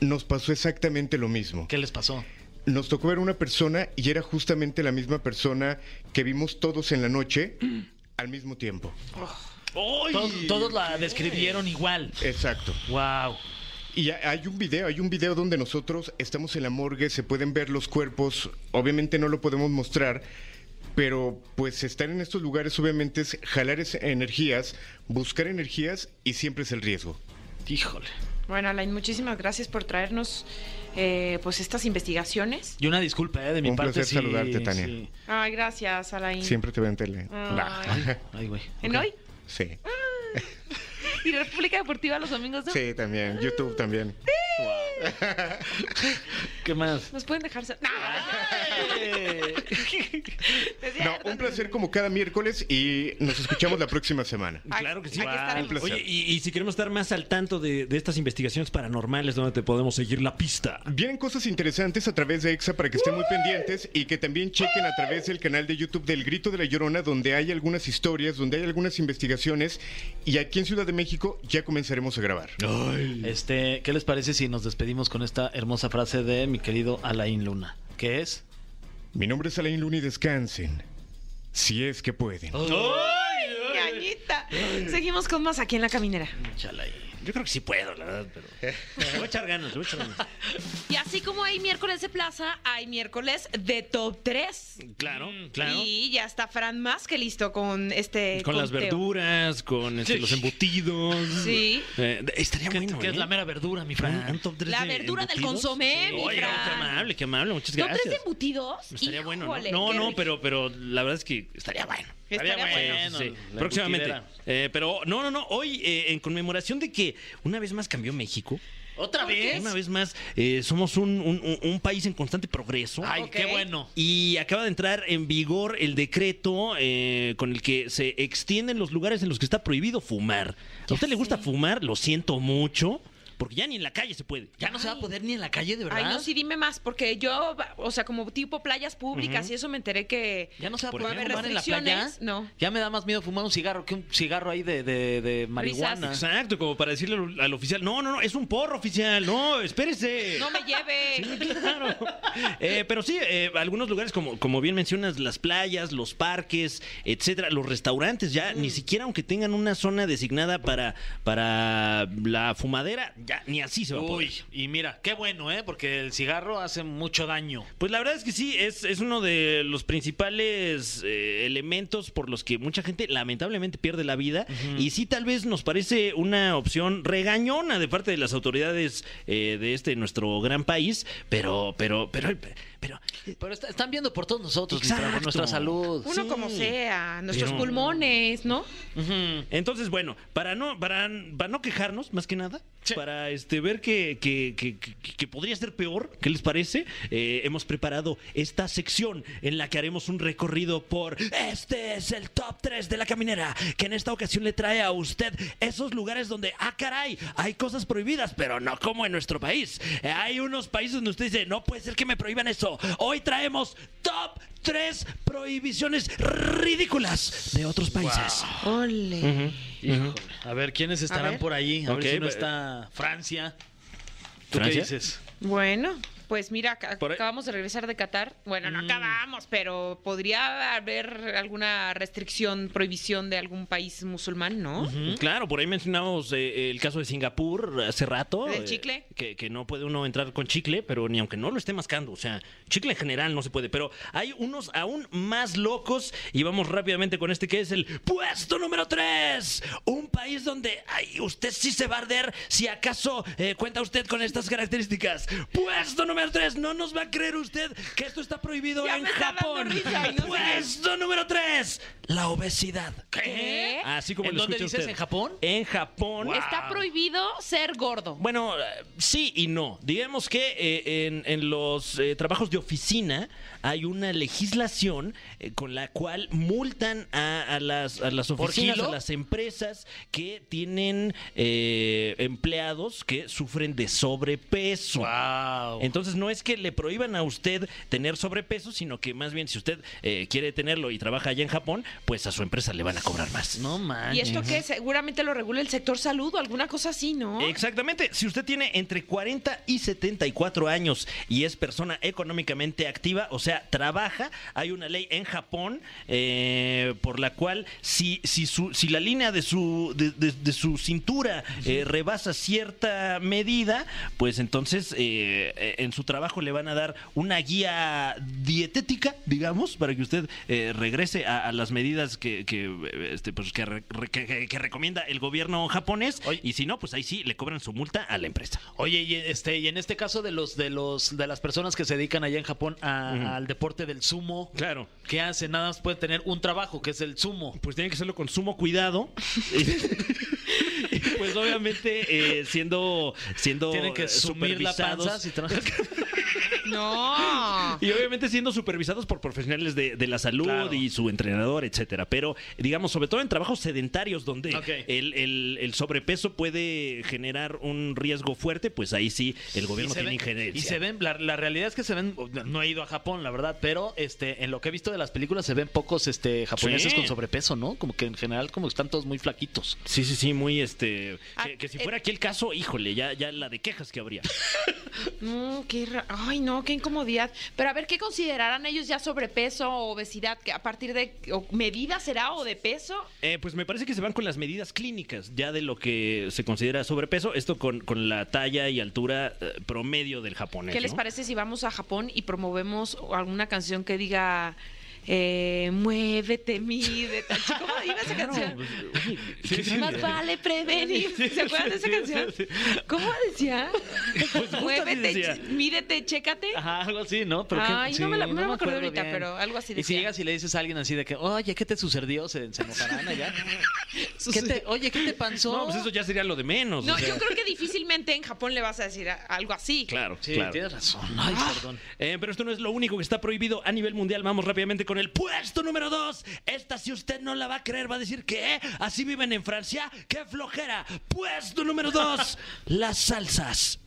Speaker 6: nos pasó exactamente lo mismo.
Speaker 7: ¿Qué les pasó?
Speaker 6: Nos tocó ver una persona y era justamente la misma persona que vimos todos en la noche al mismo tiempo.
Speaker 7: Todos, todos la describieron igual.
Speaker 6: Exacto.
Speaker 7: Wow.
Speaker 6: Y ha- hay un video, hay un video donde nosotros estamos en la morgue, se pueden ver los cuerpos, obviamente no lo podemos mostrar, pero pues estar en estos lugares obviamente es jalar es- energías, buscar energías y siempre es el riesgo.
Speaker 7: Híjole.
Speaker 3: Bueno, Alain, muchísimas gracias por traernos eh, pues estas investigaciones.
Speaker 7: Y una disculpa, eh, de mi
Speaker 6: Un
Speaker 7: parte.
Speaker 6: placer
Speaker 7: sí,
Speaker 6: saludarte, Tania.
Speaker 7: sí.
Speaker 3: Ay, gracias, Alain.
Speaker 6: Siempre te ven tele.
Speaker 3: Ay.
Speaker 7: Ay, güey.
Speaker 3: ¿En hoy?
Speaker 6: *laughs* Sí.
Speaker 3: ¿Y República Deportiva los domingos? no?
Speaker 6: Sí, también. YouTube también.
Speaker 7: ¿Qué más?
Speaker 3: ¿Nos pueden dejar ser? No, es
Speaker 6: No,
Speaker 3: cierto.
Speaker 6: un placer como cada miércoles y nos escuchamos la próxima semana.
Speaker 3: Ay,
Speaker 2: Claro que sí.
Speaker 3: Aquí estaremos.
Speaker 6: placer.
Speaker 2: Oye, y, y si queremos estar más al tanto de, de estas investigaciones paranormales, ¿dónde te podemos seguir la pista?
Speaker 6: Vienen cosas interesantes a través de EXA para que estén muy pendientes y que también chequen a través del canal de YouTube del Grito de la Llorona, donde hay algunas historias, donde hay algunas investigaciones. Y aquí en Ciudad de México ya comenzaremos a grabar.
Speaker 7: Este, ¿qué les parece si nos despedimos con esta hermosa frase de mi querido Alain Luna? ¿Qué es?
Speaker 6: Mi nombre es Alain Luna y descansen. Si es que pueden.
Speaker 3: Ñañita. Seguimos con más aquí en La Caminera.
Speaker 7: Échala ahí.
Speaker 2: Yo creo que sí puedo, la verdad, pero.
Speaker 7: Eh.
Speaker 2: Le voy a echar ganas, le voy a echar
Speaker 7: *laughs*
Speaker 2: ganas.
Speaker 3: Y así como hay miércoles de plaza, hay miércoles de top 3.
Speaker 2: Claro,
Speaker 7: Mm,
Speaker 2: claro.
Speaker 3: Y ya está Fran más que listo con este.
Speaker 2: Con las
Speaker 3: conteo.
Speaker 2: verduras, con este, los embutidos.
Speaker 3: Sí.
Speaker 2: Eh, estaría
Speaker 7: ¿Qué,
Speaker 2: bueno.
Speaker 7: qué
Speaker 2: ¿eh?
Speaker 7: es la mera verdura, mi
Speaker 2: Fran,
Speaker 7: Fran?
Speaker 2: top tres
Speaker 3: La
Speaker 2: de
Speaker 3: verdura del
Speaker 2: embutidos.
Speaker 3: consomé, mi
Speaker 2: Oiga,
Speaker 3: Fran.
Speaker 2: qué amable, qué amable, muchas
Speaker 3: ¿Top 3
Speaker 2: gracias.
Speaker 3: de embutidos?
Speaker 2: Estaría bueno,
Speaker 3: Híjole,
Speaker 2: ¿no? No,
Speaker 3: qué
Speaker 2: no,
Speaker 3: rico.
Speaker 2: pero, pero la verdad es que estaría bueno.
Speaker 3: Estaría
Speaker 7: bueno.
Speaker 2: sí, sí.
Speaker 7: La
Speaker 2: Próximamente.
Speaker 7: embutidera.
Speaker 2: Eh, pero no, no, no. Hoy, eh, en conmemoración de que una vez más cambió México,
Speaker 7: ¿Otra
Speaker 3: ¿Por qué?
Speaker 7: vez?
Speaker 2: una vez más eh, somos un, un- un- un país en constante progreso.
Speaker 7: Ay,
Speaker 3: Ok.
Speaker 7: qué bueno.
Speaker 2: Y acaba de entrar en vigor el decreto eh, con el que se extienden los lugares en los que está prohibido fumar. ¿A usted le gusta fumar? Lo siento mucho, porque ya ni en la calle se puede.
Speaker 7: Ya no se va a poder ni en la calle, de verdad.
Speaker 3: Ay, no, sí, dime más, porque yo, o sea, como tipo playas públicas y eso me enteré que.
Speaker 7: Ya no se va a
Speaker 2: Por
Speaker 7: poder
Speaker 3: ejemplo.
Speaker 7: fumar en la playa.
Speaker 3: ¿Restricciones? No.
Speaker 7: Ya me da más miedo fumar un cigarro que un cigarro ahí de, de- de marihuana.
Speaker 3: Risas.
Speaker 2: Exacto, como para decirle al- al oficial, no, no, no, es un porro oficial, no, espérese.
Speaker 3: No me
Speaker 2: *laughs*
Speaker 3: lleve.
Speaker 2: Claro. Eh, pero sí, eh, algunos lugares, como, como bien mencionas, las playas, los parques, etcétera, los restaurantes, ya ni siquiera aunque tengan una zona designada para, para la fumadera, ya ni así se va a poder.
Speaker 7: Uy, y mira, qué bueno, ¿eh? Porque el cigarro hace mucho daño.
Speaker 2: Pues la verdad es que sí, es, es uno de los principales eh, elementos por los que mucha gente lamentablemente pierde la vida. Y sí, tal vez nos parece una opción regañona de parte de las autoridades eh, de este nuestro gran país, pero, pero, pero, pero.
Speaker 7: Pero está- están viendo por todos nosotros, mi Fran, por
Speaker 2: Exacto.
Speaker 7: nuestra salud.
Speaker 3: Uno
Speaker 2: Sí.
Speaker 3: como sea, nuestros
Speaker 2: Pero-
Speaker 3: pulmones, ¿no?
Speaker 7: Ujú.
Speaker 2: Entonces, bueno, para no, para, para no quejarnos, más que nada, para este ver que, que- que- que- que podría ser peor, ¿qué les parece? Eh, hemos preparado esta sección en la que haremos un recorrido por Este es el top 3 de la caminera, que en esta ocasión le trae a usted esos lugares donde, ah, caray, hay cosas prohibidas, pero no como en nuestro país. Eh, hay unos países donde usted dice, no puede ser que me prohíban eso. Hoy traemos top 3 prohibiciones ridículas de otros países.
Speaker 3: Ole.
Speaker 7: Híjole. A ver, ¿quiénes estarán
Speaker 3: ver.
Speaker 7: por ahí? A
Speaker 2: Ok,
Speaker 7: ver si no
Speaker 2: eh,
Speaker 7: está Francia. ¿Tú
Speaker 2: ¿Francia?
Speaker 7: qué dices?
Speaker 3: Bueno, pues mira, ac-
Speaker 2: Por ahí- Mm.
Speaker 3: acabamos de regresar de Qatar. Bueno, no acabamos, pero podría haber alguna restricción, prohibición de algún país musulmán, ¿no?
Speaker 2: Claro, por ahí mencionamos eh, el caso de Singapur hace rato.
Speaker 3: ¿Del
Speaker 2: eh,
Speaker 3: chicle?
Speaker 2: que, que no puede uno entrar con chicle, pero ni aunque no lo esté mascando. O sea, chicle en general no se puede. Pero hay unos aún más locos. Y vamos rápidamente con este que es el puesto número 3. Un país donde ay, usted sí se va a arder si acaso eh, cuenta usted con estas características. Puesto número 3. No nos va a creer usted que esto está prohibido
Speaker 3: Ya
Speaker 2: en
Speaker 3: me está dando
Speaker 2: Japón.
Speaker 3: risa y no sé qué.
Speaker 2: puesto número 3. La obesidad.
Speaker 3: ¿Qué?
Speaker 2: Así como
Speaker 7: ¿En
Speaker 2: lo
Speaker 7: dónde
Speaker 2: escucha
Speaker 7: dices?
Speaker 2: usted.
Speaker 7: ¿En Japón?
Speaker 2: En Japón.
Speaker 3: Está prohibido ser gordo.
Speaker 2: Bueno, eh, sí y no. Digamos que eh, en, en los eh, trabajos de oficina hay una legislación eh, con la cual multan a, a las, a las oficinas,
Speaker 7: kilo?
Speaker 2: a las empresas que tienen eh, empleados que sufren de sobrepeso.
Speaker 7: Wow.
Speaker 4: Eh,
Speaker 2: Entonces no es que le prohíban a usted tener sobrepeso, sino que más bien si usted eh, quiere tenerlo y trabaja allá en Japón, pues a su empresa le van a cobrar más.
Speaker 7: No manches.
Speaker 3: ¿Y esto que seguramente lo regula el sector salud o alguna cosa así, ¿no?
Speaker 2: Exactamente. Si usted tiene entre 40 y 74 años y es persona económicamente activa, o sea, trabaja, hay una ley en Japón eh, por la cual si, si, su- si la línea de su, de
Speaker 8: de, de- de su cintura eh, rebasa cierta medida, pues entonces eh, eh, en su trabajo le van a dar una guía dietética, digamos, para que usted eh, regrese a, a las medidas que, que, eh, este, pues, que, re- que- que- que recomienda el gobierno japonés.
Speaker 4: Oye.
Speaker 8: Y si no, pues ahí sí le cobran su multa a la empresa.
Speaker 4: Oye, y este, y en este caso de los, de los, de las personas que se dedican allá en Japón a- al deporte del sumo,
Speaker 2: Claro.
Speaker 4: ¿qué hacen? Nada más pueden tener un trabajo que es el sumo.
Speaker 2: Pues tienen que hacerlo con sumo cuidado. Y, pues obviamente eh, siendo siendo
Speaker 4: Tienen que
Speaker 2: eh,
Speaker 4: sumir la panza
Speaker 2: supervisados-
Speaker 4: si trabajan-
Speaker 3: No.
Speaker 2: Y obviamente siendo supervisados por profesionales de, de la salud
Speaker 4: Claro.
Speaker 2: y su entrenador, etcétera. Pero, digamos, sobre todo en trabajos sedentarios donde
Speaker 4: Ok.
Speaker 2: el, el- el sobrepeso puede generar un riesgo fuerte, pues ahí sí el gobierno
Speaker 4: Y se
Speaker 2: tiene
Speaker 4: ven-
Speaker 2: injerencia.
Speaker 4: Y se ven, la, la realidad es que se ven, no he ido a Japón, la verdad, pero este, en lo que he visto de las películas se ven pocos este, japoneses
Speaker 2: Sí.
Speaker 4: con sobrepeso, ¿no? Como que en general como están todos muy flaquitos.
Speaker 2: Sí, sí, sí, muy este.
Speaker 3: Ah,
Speaker 2: que, que si
Speaker 3: eh.
Speaker 2: fuera aquí el caso, híjole, ya, ya la de quejas que habría.
Speaker 3: *laughs* No, qué ra- Ay, no, qué incomodidad. Pero a ver, ¿qué considerarán ellos ya sobrepeso o obesidad? ¿Que ¿A partir de o medida será o de peso?
Speaker 2: Eh, pues me parece que se van con las medidas clínicas, ya de lo que se considera sobrepeso, esto con, con la talla y altura eh, promedio del japonés.
Speaker 3: ¿Qué les
Speaker 2: ¿no?
Speaker 3: parece si vamos a Japón y promovemos alguna canción que diga eh, muévete, mídete? *laughs* ¿Cómo iba esa canción? *laughs* Más vale prevenir. ¿Se acuerdan de esa canción? ¿Cómo decía? muévete,
Speaker 2: Pues decía.
Speaker 3: ch- mídete, chécate.
Speaker 4: Ajá, algo así, ¿no? Pero qué-
Speaker 3: Ay, no me la- no me acuerdo
Speaker 4: acuerdo
Speaker 3: ahorita, pero algo así
Speaker 4: Y si
Speaker 3: decía.
Speaker 4: llegas y le dices a alguien así de que, oye, ¿qué te sucedió? Se, se enojarán allá. ¿Qué te- oye, ¿qué te pasó?
Speaker 2: No, pues eso ya sería lo de menos.
Speaker 3: No,
Speaker 2: o sea.
Speaker 3: yo creo que difícilmente en Japón le vas a decir a- algo así.
Speaker 2: Claro,
Speaker 4: Sí,
Speaker 2: claro.
Speaker 4: tienes razón. Ay, perdón.
Speaker 2: Eh, pero esto no es lo único que está prohibido a nivel mundial. Vamos rápidamente con el puesto número 2. Esta, si usted no la va a creer, va a decir que así viven en Francia. ¡Qué flojera! Puesto número
Speaker 4: *laughs*
Speaker 2: 2. las salsas.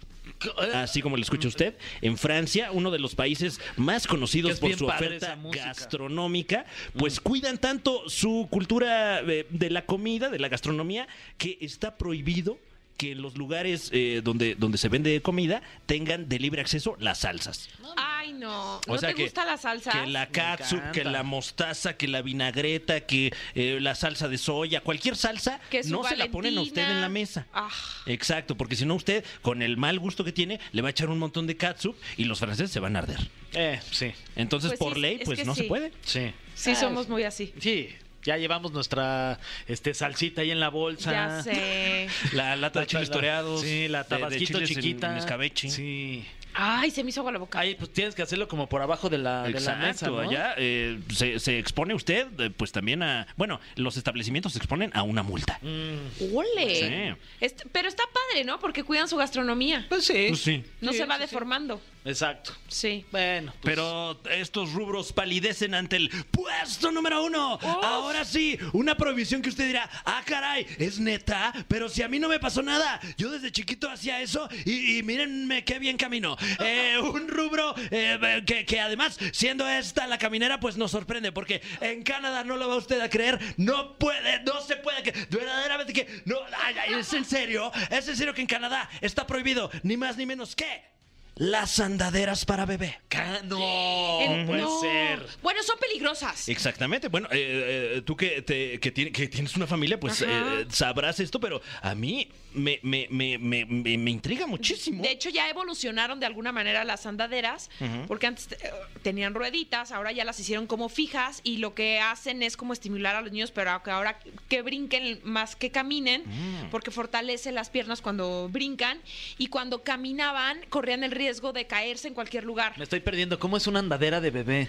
Speaker 2: Así como lo escucha usted, en Francia, uno de los países más
Speaker 4: Que
Speaker 2: conocidos
Speaker 4: es
Speaker 2: por
Speaker 4: bien
Speaker 2: su
Speaker 4: padre
Speaker 2: oferta
Speaker 4: esa música. Mm.
Speaker 2: gastronómica, pues cuidan tanto su cultura eh, de la comida, de la gastronomía, que está prohibido que en los lugares eh, donde, donde se vende comida tengan de libre acceso las salsas.
Speaker 3: Ay, no. ¿No
Speaker 2: O sea
Speaker 3: te
Speaker 2: que-
Speaker 3: gusta la salsa?
Speaker 2: Que la katsu,
Speaker 4: encanta.
Speaker 2: que la mostaza, que la vinagreta, que eh, la salsa de soya, cualquier salsa,
Speaker 3: Que su
Speaker 2: no se la ponen a usted en la
Speaker 3: Valentina.
Speaker 2: mesa.
Speaker 3: Ah.
Speaker 2: Exacto, porque si no usted, con el mal gusto que tiene, le va a echar un montón de katsup y los franceses se van a arder.
Speaker 4: Eh, sí,
Speaker 2: Entonces,
Speaker 3: Pues
Speaker 2: por
Speaker 3: sí,
Speaker 2: ley,
Speaker 3: es
Speaker 2: pues
Speaker 3: que
Speaker 2: no se
Speaker 3: sí.
Speaker 2: puede.
Speaker 4: sí.
Speaker 3: Sí,
Speaker 4: Ah,
Speaker 3: somos muy así.
Speaker 4: Sí, ya llevamos nuestra este, salsita ahí en la bolsa.
Speaker 3: Ya sé.
Speaker 2: La lata de chiles
Speaker 4: la-
Speaker 2: toreados.
Speaker 4: Sí, la
Speaker 2: de- de
Speaker 4: tabasquito
Speaker 2: chiles en-
Speaker 4: chiquita.
Speaker 2: en escabeche.
Speaker 4: Sí.
Speaker 3: Ay, se me hizo agua la boca.
Speaker 4: Ahí pues tienes que hacerlo como por abajo de la, de la
Speaker 2: Exacto,
Speaker 4: mesa, ¿no?
Speaker 2: allá eh, se, se expone usted, eh, pues también a. Bueno, los establecimientos se exponen a una multa.
Speaker 4: Mm.
Speaker 3: ¡Ole!
Speaker 2: Sí.
Speaker 3: Est- pero está padre, ¿no? Porque cuidan su gastronomía.
Speaker 4: Pues sí.
Speaker 2: Pues sí.
Speaker 3: No
Speaker 4: sí,
Speaker 3: se va
Speaker 4: sí, sí.
Speaker 3: deformando.
Speaker 4: Exacto.
Speaker 3: Sí.
Speaker 4: Bueno, pues,
Speaker 2: Pero estos rubros palidecen ante el puesto número uno. Ahora sí, una prohibición que usted dirá, ah, caray, es neta, pero si a mí no me pasó nada, yo desde chiquito hacía eso y, y mírenme qué bien camino. Eh, un rubro eh, que, que además, siendo esta la caminera, pues nos sorprende, porque en Canadá no lo va usted a creer, no puede, no se puede, que, verdaderamente que, no, ay, ay, es en serio, es en serio que en Canadá está prohibido, ni más ni menos que... Las andaderas para bebé.
Speaker 4: ca- no,
Speaker 3: En-
Speaker 4: puede
Speaker 3: no.
Speaker 4: ser.
Speaker 3: Bueno, son peligrosas.
Speaker 2: Exactamente. Bueno, eh, eh, tú que, te- que, tiene- que tienes una familia, pues
Speaker 3: Ajá.
Speaker 2: eh, sabrás esto, pero a mí me, me, me, me, me- me intriga muchísimo.
Speaker 3: De hecho, ya evolucionaron de alguna manera las andaderas, porque antes eh, tenían rueditas, ahora ya las hicieron como fijas y lo que hacen es como estimular a los niños, pero que ahora que brinquen más que caminen, porque fortalece las piernas cuando brincan y cuando caminaban corrían el riesgo de caerse en cualquier lugar.
Speaker 4: Me estoy perdiendo. ¿Cómo es una andadera de bebé?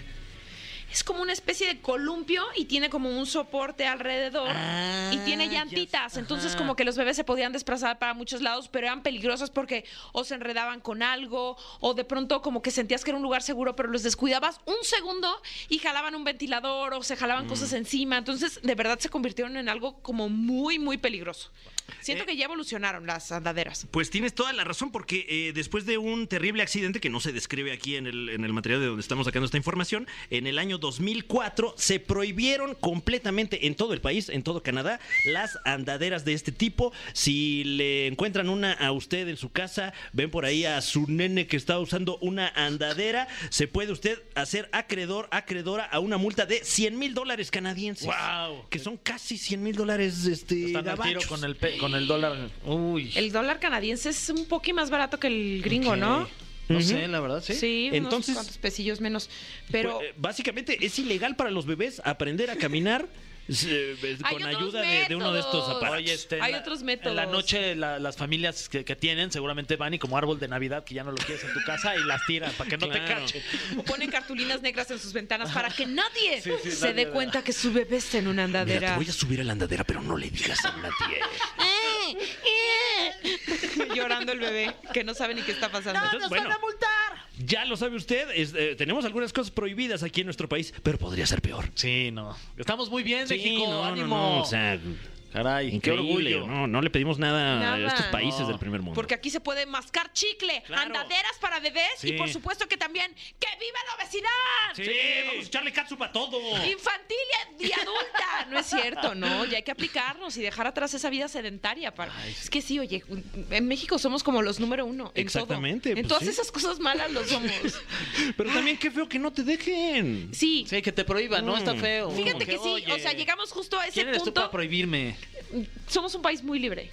Speaker 3: Es como una especie de columpio y tiene como un soporte alrededor
Speaker 4: Ah,
Speaker 3: y tiene
Speaker 4: ya
Speaker 3: llantitas.
Speaker 4: sé.
Speaker 3: Entonces
Speaker 4: Ajá.
Speaker 3: como que los bebés se podían desplazar para muchos lados, pero eran peligrosas porque o se enredaban con algo o de pronto como que sentías que era un lugar seguro, pero los descuidabas un segundo y jalaban un
Speaker 4: Mm.
Speaker 3: ventilador o se jalaban cosas encima. Entonces de verdad se convirtieron en algo como muy, muy peligroso.
Speaker 4: Eh.
Speaker 3: Siento que ya evolucionaron las andaderas.
Speaker 2: Pues tienes toda la razón, porque eh, después de un terrible accidente que no se describe aquí en el, en el material de donde estamos sacando esta información, en el año 2004 se prohibieron completamente en todo el país, en todo Canadá, las andaderas de este tipo. Si le encuentran una a usted en su casa, ven por ahí a su nene que está usando una andadera, se puede usted hacer acreedor, acreedora a una multa de 100 mil dólares canadienses.
Speaker 4: Wow.
Speaker 2: Que son casi 100 mil dólares este,
Speaker 4: Están al tiro
Speaker 2: gabachos.
Speaker 4: con el, pe- con el dólar. Uy.
Speaker 3: El dólar canadiense es un poquito más barato que el gringo, ¿no?
Speaker 4: No sé, la verdad, sí.
Speaker 3: Sí,
Speaker 2: Entonces-
Speaker 3: unos cuantos pesillos menos. Pero
Speaker 2: Pues, eh, básicamente es ilegal para los bebés aprender a caminar *laughs* eh,
Speaker 3: Hay
Speaker 2: con
Speaker 3: otros
Speaker 2: ayuda de, de uno de estos
Speaker 3: métodos.
Speaker 2: aparatos.
Speaker 4: Oye, este, en
Speaker 3: Hay
Speaker 4: la-
Speaker 3: otros
Speaker 4: En la
Speaker 3: métodos.
Speaker 4: noche la- las familias que, que tienen seguramente van y como árbol de Navidad que ya no lo quieres en tu casa y las tiran para que no te
Speaker 2: Claro.
Speaker 4: cachen.
Speaker 3: *laughs* ponen cartulinas negras en sus ventanas para que nadie
Speaker 4: Sí, sí,
Speaker 3: se dé
Speaker 4: nadie, ¿verdad?
Speaker 3: cuenta que su bebé está en una
Speaker 2: Mira, te
Speaker 3: andadera.
Speaker 2: voy a subir a la andadera, pero no le digas a nadie.
Speaker 3: *laughs* Eh, Llorando el bebé, que no sabe ni qué está pasando.
Speaker 2: Entonces, bueno, Ya lo sabe usted, es, eh, tenemos algunas cosas prohibidas aquí en nuestro país, pero podría ser peor.
Speaker 4: Sí, no. Estamos muy bien, México.
Speaker 2: no, no,
Speaker 4: ánimo.
Speaker 2: no, o sea,
Speaker 4: Caray, qué
Speaker 2: increíble.
Speaker 4: orgullo.
Speaker 2: No, no le pedimos nada, a
Speaker 3: Nada.
Speaker 2: estos Ah, este países
Speaker 4: No.
Speaker 2: del primer mundo. Eh,
Speaker 3: Porque aquí se puede mascar chicle,
Speaker 2: Claro.
Speaker 3: andaderas para bebés
Speaker 4: Sí.
Speaker 3: y por supuesto que también ¡que viva la obesidad!
Speaker 2: Sí, vamos a echarle catsup a todo.
Speaker 3: Infantil y, y adulta. No es cierto, ¿no? Ya hay que aplicarnos y dejar atrás esa vida sedentaria. Para... Es que sí, oye, en México somos como los número uno. en todo.
Speaker 2: Exactamente,
Speaker 3: En
Speaker 2: pues
Speaker 3: todas
Speaker 2: sí.
Speaker 3: esas cosas malas lo somos.
Speaker 2: Pero también qué feo que no te dejen.
Speaker 3: Sí.
Speaker 4: Sí, que te prohíban, ¿no? Está feo.
Speaker 3: Fíjate
Speaker 4: Como
Speaker 3: que sí, o
Speaker 4: oye,
Speaker 3: sea, llegamos justo a ese
Speaker 4: Mm. ¿Quién eres tú para
Speaker 3: punto.
Speaker 4: prohibirme?
Speaker 3: Somos un país muy libre.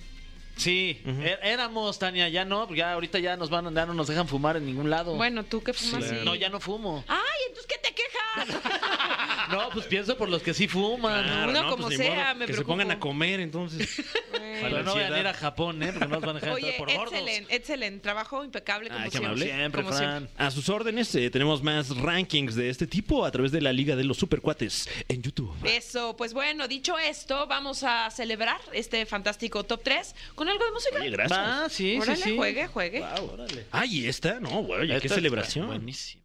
Speaker 4: Sí, é- éramos, Tania, ya no, ya ahorita ya nos van, ya no nos dejan fumar en ningún lado.
Speaker 3: Bueno, tú que fumas
Speaker 4: Oh. Sí.
Speaker 3: y-
Speaker 4: No, ya no fumo.
Speaker 3: ¡Ay, entonces qué te
Speaker 4: *laughs*
Speaker 3: quejas!
Speaker 4: No, pues pienso por los que sí fuman.
Speaker 3: Claro, Uno
Speaker 2: Ah, no, pues
Speaker 3: como
Speaker 2: ni
Speaker 3: sea,
Speaker 2: modo,
Speaker 3: me
Speaker 2: Que se
Speaker 3: preocupo.
Speaker 2: pongan a comer, entonces.
Speaker 4: Pero no vayan a ir a Japón, ¿eh? Porque no nos van a dejar
Speaker 3: Oye,
Speaker 4: entrar por gordos.
Speaker 3: excelente, excelente. Trabajo impecable como
Speaker 2: Ay, qué
Speaker 3: siempre.
Speaker 2: amable.
Speaker 4: Siempre,
Speaker 3: Como
Speaker 4: Fran.
Speaker 3: siempre.
Speaker 2: A sus órdenes, eh, tenemos más rankings de este tipo a través de la Liga de los Supercuates en YouTube.
Speaker 3: Eso, pues bueno, dicho esto, vamos a celebrar este fantástico top 3 con algo de música.
Speaker 2: Oye, gracias.
Speaker 4: Ah, sí,
Speaker 3: Órale,
Speaker 4: sí, sí.
Speaker 3: juegue, juegue.
Speaker 2: Ay, esta, no, güey, qué
Speaker 4: Esta
Speaker 2: celebración.
Speaker 4: está Buenísimo.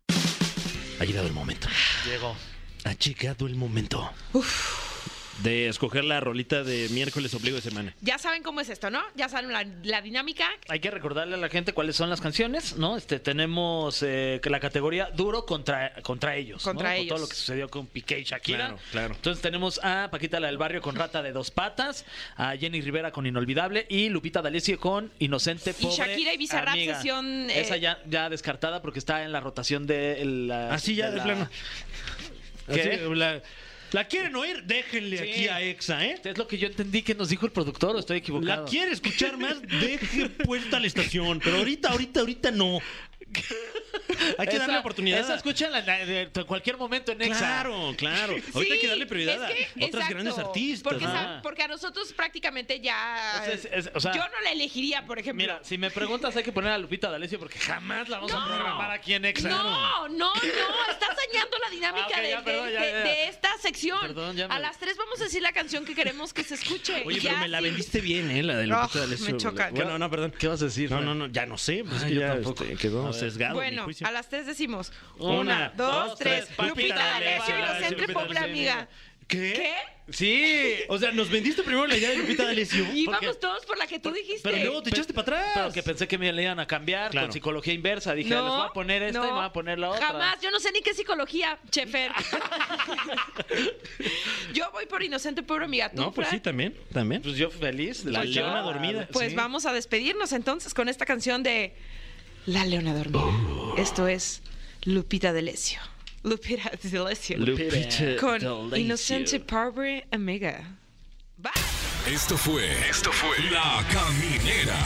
Speaker 2: Ha llegado el momento.
Speaker 4: Llegó.
Speaker 2: Ha llegado el momento. De escoger la rolita de miércoles obligo de semana.
Speaker 3: Ya saben cómo es esto, ¿no? Ya saben la, la dinámica.
Speaker 4: Hay que recordarle a la gente cuáles son las canciones, ¿no? Este, tenemos eh, que la categoría duro contra, contra ellos. ¿no?
Speaker 3: Contra
Speaker 4: Con
Speaker 3: ellos.
Speaker 4: todo lo que sucedió con Piqué y Shakira.
Speaker 2: Claro, claro.
Speaker 4: Entonces tenemos a Paquita la del Barrio con Rata de Dos Patas, a Jenny Rivera con Inolvidable y Lupita D'Alessio con Inocente
Speaker 3: Y
Speaker 4: Pobre
Speaker 3: Shakira y Bizarrap,
Speaker 4: Amiga.
Speaker 3: sesión, eh,
Speaker 4: Esa ya, ya descartada porque está en la rotación de la...
Speaker 2: Ah, sí, ya, de
Speaker 4: la-
Speaker 2: plano.
Speaker 4: ¿Qué?
Speaker 2: Así, la, ¿la quieren oír? Déjenle
Speaker 4: Sí.
Speaker 2: aquí a Exa, ¿eh?
Speaker 4: Es lo que yo entendí que nos dijo el productor, o estoy equivocado.
Speaker 2: ¿La quiere escuchar más? Deje puesta la estación. Pero ahorita, ahorita, ahorita no. Hay que
Speaker 4: Esa-
Speaker 2: darle oportunidad.
Speaker 4: Esa
Speaker 2: a-
Speaker 4: escúchala en la- en cualquier momento en Exa.
Speaker 2: Claro, claro. Ahorita hay que
Speaker 3: Sí,
Speaker 2: darle prioridad
Speaker 3: es que,
Speaker 2: a otras
Speaker 3: exacto,
Speaker 2: grandes artistas.
Speaker 3: Porque,
Speaker 2: ¿no?
Speaker 4: ¿sabes?
Speaker 3: sa- porque a nosotros prácticamente ya.
Speaker 4: Es- es- es- o sea-
Speaker 3: yo no la elegiría, por ejemplo.
Speaker 4: Mira, si me preguntas, hay que poner a Lupita D'Alessio porque jamás la vamos a
Speaker 3: No.
Speaker 4: programar aquí en Exa.
Speaker 3: No, no, no, estás dañando la dinámica
Speaker 4: Ah, ok,
Speaker 3: de,
Speaker 4: ya,
Speaker 3: de-
Speaker 4: perdón, ya,
Speaker 3: de-
Speaker 4: ya.
Speaker 3: de esta sección.
Speaker 4: Perdón, ya me-
Speaker 3: A las tres vamos a decir la canción que queremos que se escuche.
Speaker 2: Oye,
Speaker 3: Y
Speaker 2: pero
Speaker 3: ya,
Speaker 2: me la
Speaker 3: sí.
Speaker 2: vendiste bien, ¿eh? La de
Speaker 3: Ah,
Speaker 2: Lupita D'Alessio.
Speaker 3: me choca.
Speaker 2: Bueno, no, perdón.
Speaker 4: ¿Qué vas a decir?
Speaker 2: No,
Speaker 4: Fran?
Speaker 2: no, no, ya no sé. Pues es
Speaker 4: Ay,
Speaker 2: que
Speaker 4: yo
Speaker 2: ya
Speaker 4: tampoco.
Speaker 2: este, quedó sesgado. mi
Speaker 3: Bueno,
Speaker 2: juicio.
Speaker 3: a las tres decimos.
Speaker 4: Una,
Speaker 3: Una, dos,
Speaker 4: dos,
Speaker 3: tres.
Speaker 4: tres.
Speaker 3: Lupita
Speaker 4: Lupita
Speaker 3: D'Alessio,
Speaker 4: D'Alessio,
Speaker 3: inocente
Speaker 4: Lupita
Speaker 3: pobre
Speaker 4: D'Alessio.
Speaker 3: amiga.
Speaker 2: ¿Qué?
Speaker 3: ¿Qué?
Speaker 4: Sí.
Speaker 2: O sea, nos vendiste primero la idea de Lupita D'Alessio.
Speaker 3: Y
Speaker 2: porque-
Speaker 3: vamos todos por la que tú dijiste.
Speaker 2: Pero luego te
Speaker 4: Pe-
Speaker 2: echaste para
Speaker 4: Pero
Speaker 2: atrás.
Speaker 4: que pensé que me le iban a cambiar
Speaker 2: Claro.
Speaker 4: con psicología inversa. Dije, les voy a poner esta y me voy a poner la otra.
Speaker 3: Jamás, yo no sé ni qué psicología, Chefer. *laughs* yo voy por inocente pobre amiga. ¿Tú,
Speaker 2: No, pues sí,
Speaker 3: Fran?
Speaker 2: también, también.
Speaker 4: Pues yo feliz. de
Speaker 2: La
Speaker 4: escuchar.
Speaker 2: leona dormida.
Speaker 3: Pues
Speaker 2: Sí.
Speaker 3: vamos a despedirnos entonces con esta canción de La Leona
Speaker 2: Oh.
Speaker 3: Dormida. Esto es Lupita D'Alessio. Lupita D'Alessio.
Speaker 2: Lupita
Speaker 3: con
Speaker 2: D'Alessio.
Speaker 3: Inocente Pobre Amiga. Bye.
Speaker 5: Esto fue. Esto fue. La Caminera.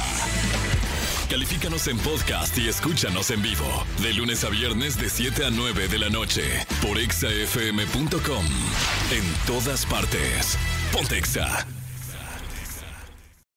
Speaker 5: Califícanos en podcast y escúchanos en vivo. De lunes a viernes, de 7 a 9 de la noche. Por exafm.com. En todas partes. Pontexa.